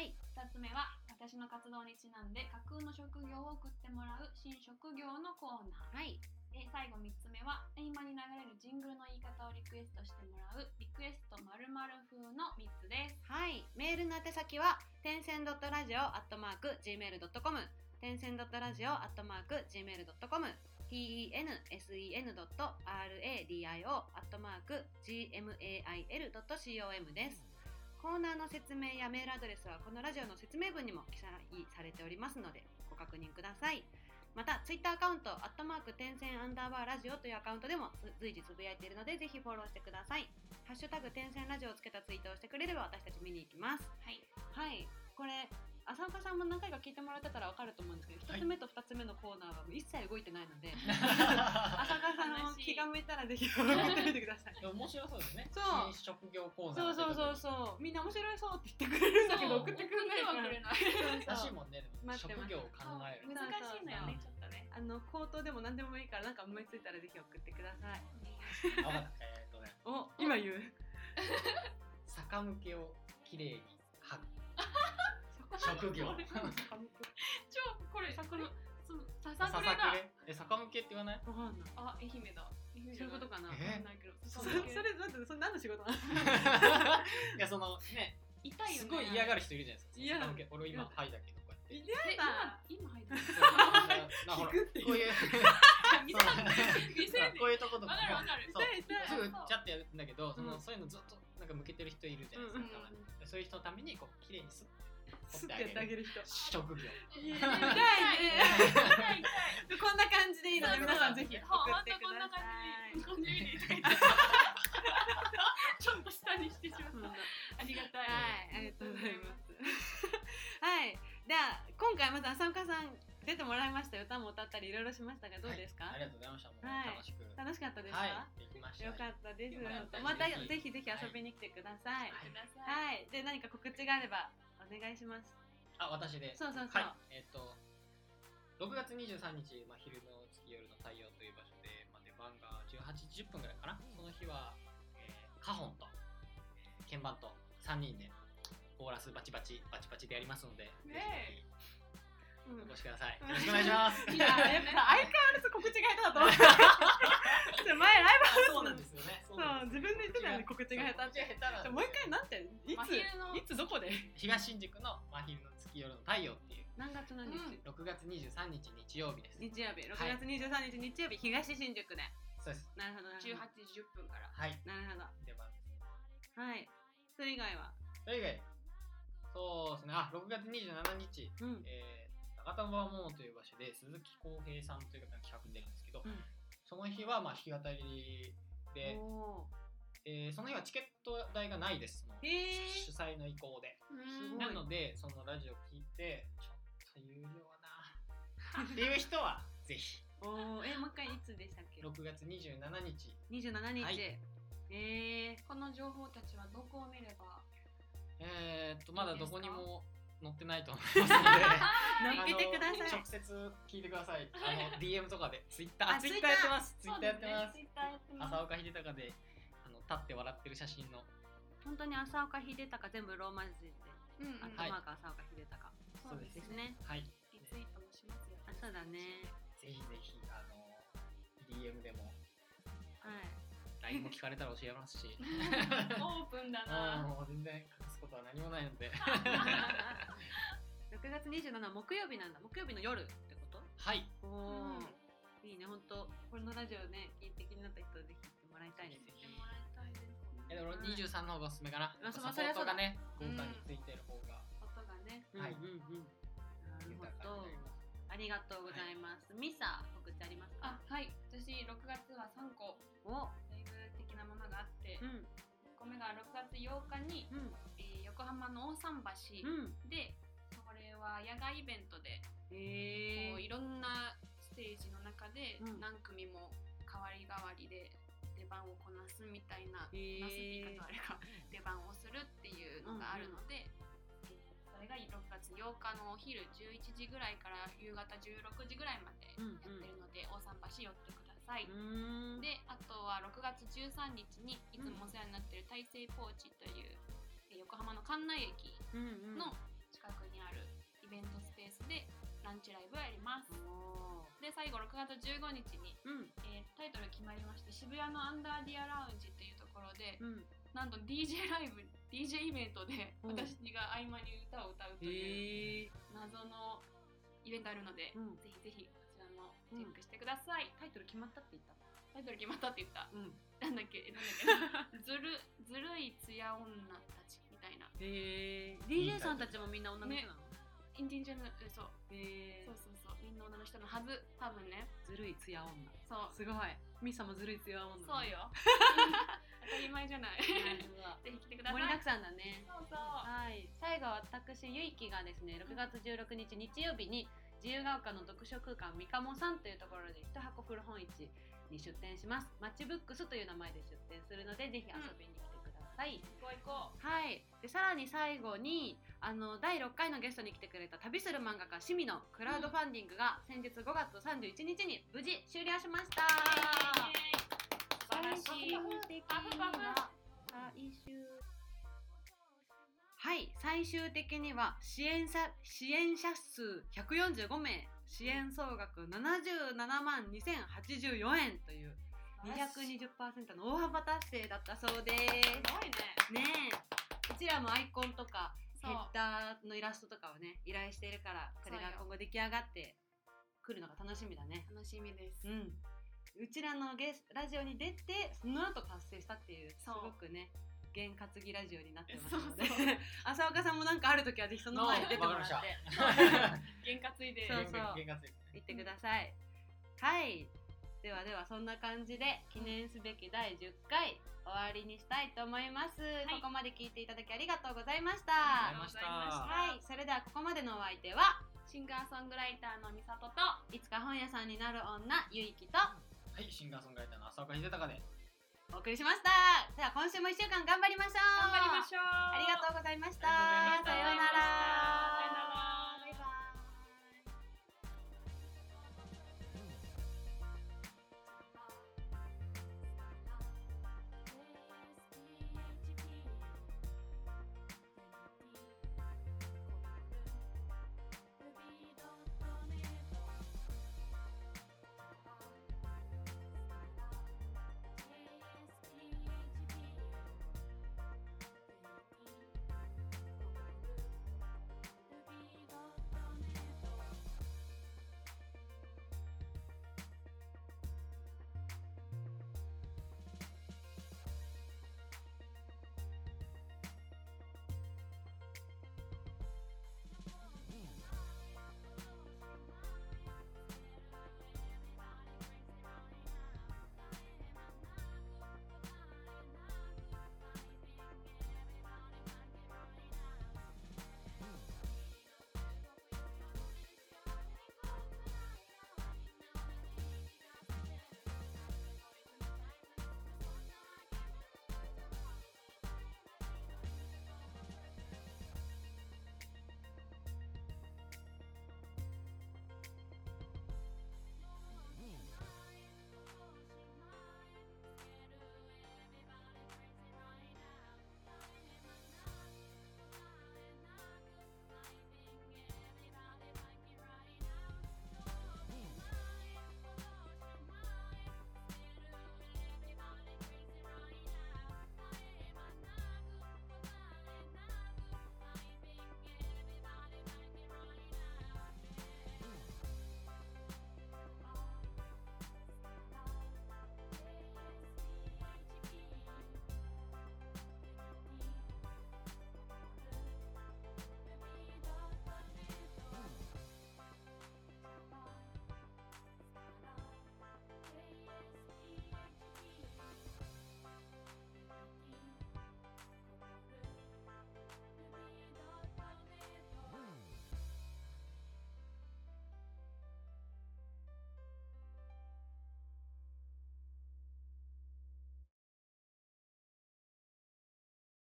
Speaker 1: はい
Speaker 2: 2つ目は私の活動にちなんで架空の職業を送ってもらう新職業のコーナ
Speaker 1: は
Speaker 2: ー
Speaker 1: い
Speaker 2: で最後3つ目は今に流れるジングルの言い方をリクエストしてもらうリクエストまる風の3つです
Speaker 1: はい、メールの宛先は点線ドットラジオアットマーク gmail ドットコム、点線ドットラジオアットマーク gmail ドットコム、t e n s e n ドット r a d i o アットマーク g m a i l ドット c o m です。コーナーの説明やメールアドレスはこのラジオの説明文にも記載されておりますのでご確認ください。また、ツイッターアカウント、アットマーク点線アンダーバーラジオというアカウントでもつ随時つぶやいているので、ぜひフォローしてください。ハッシュタグ点線ラジオをつけたツイートをしてくれれば私たち見に行きます。
Speaker 2: はい
Speaker 1: はい、 これ浅岡さんも何回か聞いてもらってたらわかると思うんですけど、一
Speaker 3: はい
Speaker 1: つ目と二つ目のコーナーはもう一切動いてないの で、
Speaker 3: で
Speaker 1: 浅岡さんの気が向いたらぜひ送ってみてください。
Speaker 3: も面白そう ですね。
Speaker 1: そう
Speaker 3: 新職業講座
Speaker 1: そうそうそうそう、みんな面白いそうって言ってくれるんだけど
Speaker 2: そう
Speaker 1: 送ってくれないか
Speaker 2: 送っては
Speaker 1: ら
Speaker 2: くれない
Speaker 3: 難しいもんね。でも
Speaker 1: 待ってます
Speaker 3: 職業を考 える。
Speaker 2: 難しいのよねちょっとね
Speaker 1: あの口頭でも何でもいいからなんか思いついたらぜひ送ってください。
Speaker 3: あわかったえーっとね、
Speaker 1: お、今言う。
Speaker 3: 坂向けをきれいに剥ぐ。職業。
Speaker 2: 超これさくらそのささ
Speaker 3: ささ
Speaker 2: くれだ
Speaker 3: くれ。え坂向けって言 わない？
Speaker 1: わかんない。
Speaker 2: あ愛媛だ愛媛
Speaker 1: そういうこと
Speaker 2: か
Speaker 1: かな。
Speaker 3: え
Speaker 2: ないけど
Speaker 1: そ
Speaker 2: さ
Speaker 1: そ
Speaker 2: さ
Speaker 1: れ
Speaker 2: くれ
Speaker 1: それなんてそれ何の仕事なの？
Speaker 3: いやそのね、
Speaker 2: 痛いよね
Speaker 3: すごい嫌がる人いるじゃないですか。
Speaker 1: 嫌だ
Speaker 3: 坂向け俺今剥いだ けどこうやって。
Speaker 2: え今今入った
Speaker 3: そうなほ
Speaker 1: 聞く
Speaker 3: ら
Speaker 1: っていう
Speaker 3: こういう
Speaker 2: 見
Speaker 3: そう
Speaker 2: 見せる
Speaker 3: こういうとこと
Speaker 2: わ
Speaker 3: か
Speaker 2: かるわかる
Speaker 3: そう
Speaker 1: 痛い痛い
Speaker 3: すぐちゃってやるんだけど、そうの
Speaker 1: ん
Speaker 3: そういうのずっとなんか向けてる人いるじゃないですか、
Speaker 1: うん
Speaker 2: うん
Speaker 3: たまにそういう人のためにこう綺麗にす
Speaker 1: すってやってあげる人。
Speaker 3: 職業
Speaker 2: 痛
Speaker 1: いや
Speaker 2: 痛
Speaker 1: 痛いね
Speaker 2: 痛い痛 い
Speaker 1: こんな感じでいいので皆さんぜひ送
Speaker 2: ほ
Speaker 1: っ
Speaker 2: ん
Speaker 1: て
Speaker 2: と
Speaker 1: くだ
Speaker 2: こんな
Speaker 1: さい。
Speaker 2: 感じこんな意味で痛いちょっと下にしてしま
Speaker 1: うん
Speaker 2: ったありがたい
Speaker 1: はい、ありがとうございます。はい、では今回まず浅岡さん出てもらいましたよ。歌も歌ったりいろいろしましたがどうですか？
Speaker 3: はいありがとうございましたもう
Speaker 1: はい
Speaker 3: 楽しく
Speaker 1: 楽しかったですか？
Speaker 3: はいできました
Speaker 1: よかったです。
Speaker 3: よかったです
Speaker 1: また
Speaker 3: ぜひ
Speaker 1: ぜひぜひ遊びに来てください。
Speaker 3: は
Speaker 2: ください
Speaker 1: はい、で何か告知があればお願いします。
Speaker 3: あ私で
Speaker 1: そうそうそう。
Speaker 3: はいえっ、と6月23日、まあ、昼の月夜の太陽という場所で、まあ、出番が18時10分ぐらいかなその日は、えー、カホンと、えー鍵盤と3人でコーラスバチバチバチバチでやりますので、
Speaker 2: ねえ
Speaker 3: ぜ
Speaker 1: うん
Speaker 3: ひお越しく ださい、よろしくお願いします
Speaker 1: いややっぱ相変わらず告知が下手だと思 った。ちょ前ライ
Speaker 3: そうなんですよね。そ
Speaker 1: ブそう自分で言ってたよね告知が下手っ
Speaker 3: 告知
Speaker 1: て。
Speaker 3: が
Speaker 1: ちょ
Speaker 3: 下手なん
Speaker 1: もう
Speaker 3: で
Speaker 1: 一回なんてい
Speaker 2: 真昼の
Speaker 1: ついつどこで？
Speaker 3: 東新宿の真昼の月夜の太陽っていう
Speaker 1: 何月何日？
Speaker 2: うん
Speaker 3: 6月23日日曜日です。
Speaker 1: 日曜日、6月23日日曜日、東新宿で。
Speaker 3: そうです。
Speaker 1: なるほど、なるほ
Speaker 2: 18
Speaker 1: ど。
Speaker 2: 時10分から
Speaker 3: はい。
Speaker 1: なるほど。
Speaker 3: 出番です。
Speaker 1: はい。それ以外は。
Speaker 3: それ以外、そうですね。あ、6月27日、
Speaker 1: うん。
Speaker 3: えー、高田馬モという場所で鈴木康平さんという方が企画に出るんですけど、
Speaker 1: うん
Speaker 3: その日はまあ弾き語りで、
Speaker 1: お
Speaker 3: えーその日はチケット代がないです。その
Speaker 1: ーへー
Speaker 3: 主催の意向で。
Speaker 1: すごい
Speaker 3: なので、そのラジオ聞いて、ちょっと有料はなっていう人は、ぜひ、
Speaker 1: おーえ、もう一回いつでしたっけ
Speaker 3: 6月27日、
Speaker 1: ?27 日。
Speaker 3: はい
Speaker 1: えー
Speaker 2: この情報たちはどこを見れば
Speaker 3: えー、っと、まだどこにも載ってないと思いますので。
Speaker 1: 乗っけてくだ
Speaker 3: あの
Speaker 1: さい
Speaker 3: 直。接聞いてください。あの DM とかで、ツイッター、
Speaker 1: あ
Speaker 3: ツイッターやってます。ツイ
Speaker 2: そ
Speaker 3: ッ
Speaker 2: う
Speaker 3: ターや
Speaker 2: で
Speaker 3: っ
Speaker 2: す
Speaker 3: て
Speaker 2: ね Twitter
Speaker 3: ます。
Speaker 2: やってます
Speaker 3: 浅岡秀隆で、あの立って笑ってる写真の。
Speaker 1: 本当に浅岡秀隆全部ローマ字で。
Speaker 2: うんうん
Speaker 1: あとマーク浅岡秀隆。
Speaker 2: そうです
Speaker 1: ですね。
Speaker 3: はい。
Speaker 2: リツイートもしますよ
Speaker 1: あ、そうだね。
Speaker 3: ぜひぜひ、あの DM でも、
Speaker 1: はい。
Speaker 3: LINE も聞かれたら教えます し。
Speaker 2: オープンだ
Speaker 3: うん
Speaker 2: な
Speaker 3: もう全然隠すことは何もないので。
Speaker 1: 6月27日木曜日なんだ。木曜日の夜ってこと
Speaker 3: はい。
Speaker 1: おお、
Speaker 2: うん
Speaker 1: いいね、本当このラジオね、聞いて気になった人はぜひ行ってもらいたいです
Speaker 2: 見。てもらいたいですね
Speaker 3: え、で
Speaker 1: は
Speaker 3: も
Speaker 1: い
Speaker 3: 23の方がおすすめかな。
Speaker 1: まあそ
Speaker 3: サ
Speaker 1: ま
Speaker 3: ポ
Speaker 1: そりゃそ
Speaker 3: ー
Speaker 1: うだ
Speaker 3: トがね、豪華についてる方が
Speaker 2: 音がね
Speaker 3: はい
Speaker 1: うんうんうん。なる
Speaker 3: 豊
Speaker 1: ほどあ
Speaker 3: かになり。ます。
Speaker 1: りがとうございます。ミサ告知ありますか？
Speaker 2: あはい私6月は3個
Speaker 1: お、
Speaker 2: ライブ的なものがあって
Speaker 1: うん
Speaker 2: 1個目が6月8日に、
Speaker 1: うん
Speaker 2: えー横浜の大桟橋
Speaker 1: うん。
Speaker 2: でこれは野外イベントで
Speaker 1: え
Speaker 2: こう
Speaker 1: え
Speaker 2: いろんなステージの中で
Speaker 1: うん
Speaker 2: 何組も代わり代わりで出番をこなすみたいな、
Speaker 1: へー
Speaker 2: こなすって言い方あれか出番をするっていうのがあるので、えそれが6月8日のお昼11時ぐらいから夕方16時ぐらいまでやってるので、大桟橋寄ってくだささい、
Speaker 1: うん
Speaker 2: であとは6月13日にいつもお世話になってる大成ポーチという、えー横浜の関内駅
Speaker 1: うんうん
Speaker 2: の近くにあるイベントスペースでランチライブをやります、
Speaker 1: おー
Speaker 2: で最後6月15日に、
Speaker 1: うん
Speaker 2: えータイトル決まりまして渋谷のアンダーディアラウンジっていうところで、
Speaker 1: うん
Speaker 2: なんと DJ ライブ DJ イベントで
Speaker 1: うん
Speaker 2: 私が合間に歌を歌うと
Speaker 1: へえ
Speaker 2: いう謎のイベントあるので、
Speaker 1: うん
Speaker 2: ぜひぜひこちらもチェックしてください、
Speaker 1: タイトル決まったって言った
Speaker 2: タイトル決まったって言った
Speaker 1: うん
Speaker 2: なんだっけなんだ っけずるずるいツヤ女たちみたいな
Speaker 1: へえ DJ さんたちもみんな女の人なの
Speaker 2: インディンジェンのそう
Speaker 1: へえ
Speaker 2: そうそうそうみんな女の人のはず多分ね
Speaker 1: ずるいツヤ女
Speaker 2: そう
Speaker 1: すごいミサもずるいツヤ女
Speaker 2: そうよ当たり前じゃない
Speaker 1: な
Speaker 2: ぜ
Speaker 1: るほど
Speaker 2: ひ来てください
Speaker 1: 盛りだくさんだね
Speaker 2: そうそう
Speaker 1: はい、最後は私ゆいきがですね6月16日日曜日に自由が丘の読書空間みかもさんというところで一箱古本市に出店しますマッチブックスという名前で出店するのでぜひ遊びに来てください、
Speaker 2: 行こう行こ
Speaker 1: はいでさらに最後にあの第6回のゲストに来てくれた旅する漫画家シミのクラウドファンディングが先日5月31日に無事終了しました、
Speaker 2: うイエーイ素晴らしいパフパフ
Speaker 1: はい、最終的には支援者支援者数145名、支援総額77万2084円という220%の大幅達成だったそうです
Speaker 2: ごいね
Speaker 1: す。ねえ、うちらもアイコンとかヘ
Speaker 2: そ
Speaker 1: ッ
Speaker 2: う
Speaker 1: ダーのイラストとかをね依頼しているから、これが今後出来上がってくるのが楽しみだね。
Speaker 2: 楽しみです、
Speaker 1: うん。うちらのゲスラジオに出てその後達成したっていうす
Speaker 2: そう
Speaker 1: ごくね験担ぎラジオになってますので
Speaker 2: そうそう
Speaker 1: 浅岡さんもなんかある時はぜひその前に出てもらって
Speaker 3: わか
Speaker 2: 験担いで
Speaker 1: そうそう
Speaker 3: 原価ついてね
Speaker 1: 行ってください。はいではではそんな感じで記念すべき第10回終わりにしたいと思います、
Speaker 2: い
Speaker 1: ここまで聞いていただきありがとうございまし
Speaker 3: あ
Speaker 1: た
Speaker 3: りがとうござい
Speaker 2: ありがとうございま
Speaker 1: はい
Speaker 2: し
Speaker 3: ましたた
Speaker 1: それではここまでのお相手は
Speaker 2: シンガーソングライターのみさとと
Speaker 1: いつか本屋さんになる女ゆいきと
Speaker 3: はい、シンガーソングライターの浅岡秀隆で
Speaker 1: お送りしましたでは今週も1週間頑張りましょう
Speaker 2: 頑張りましょう
Speaker 1: ありがとうございました。
Speaker 3: ありがとうございまし
Speaker 1: さ
Speaker 3: た
Speaker 1: ようなら。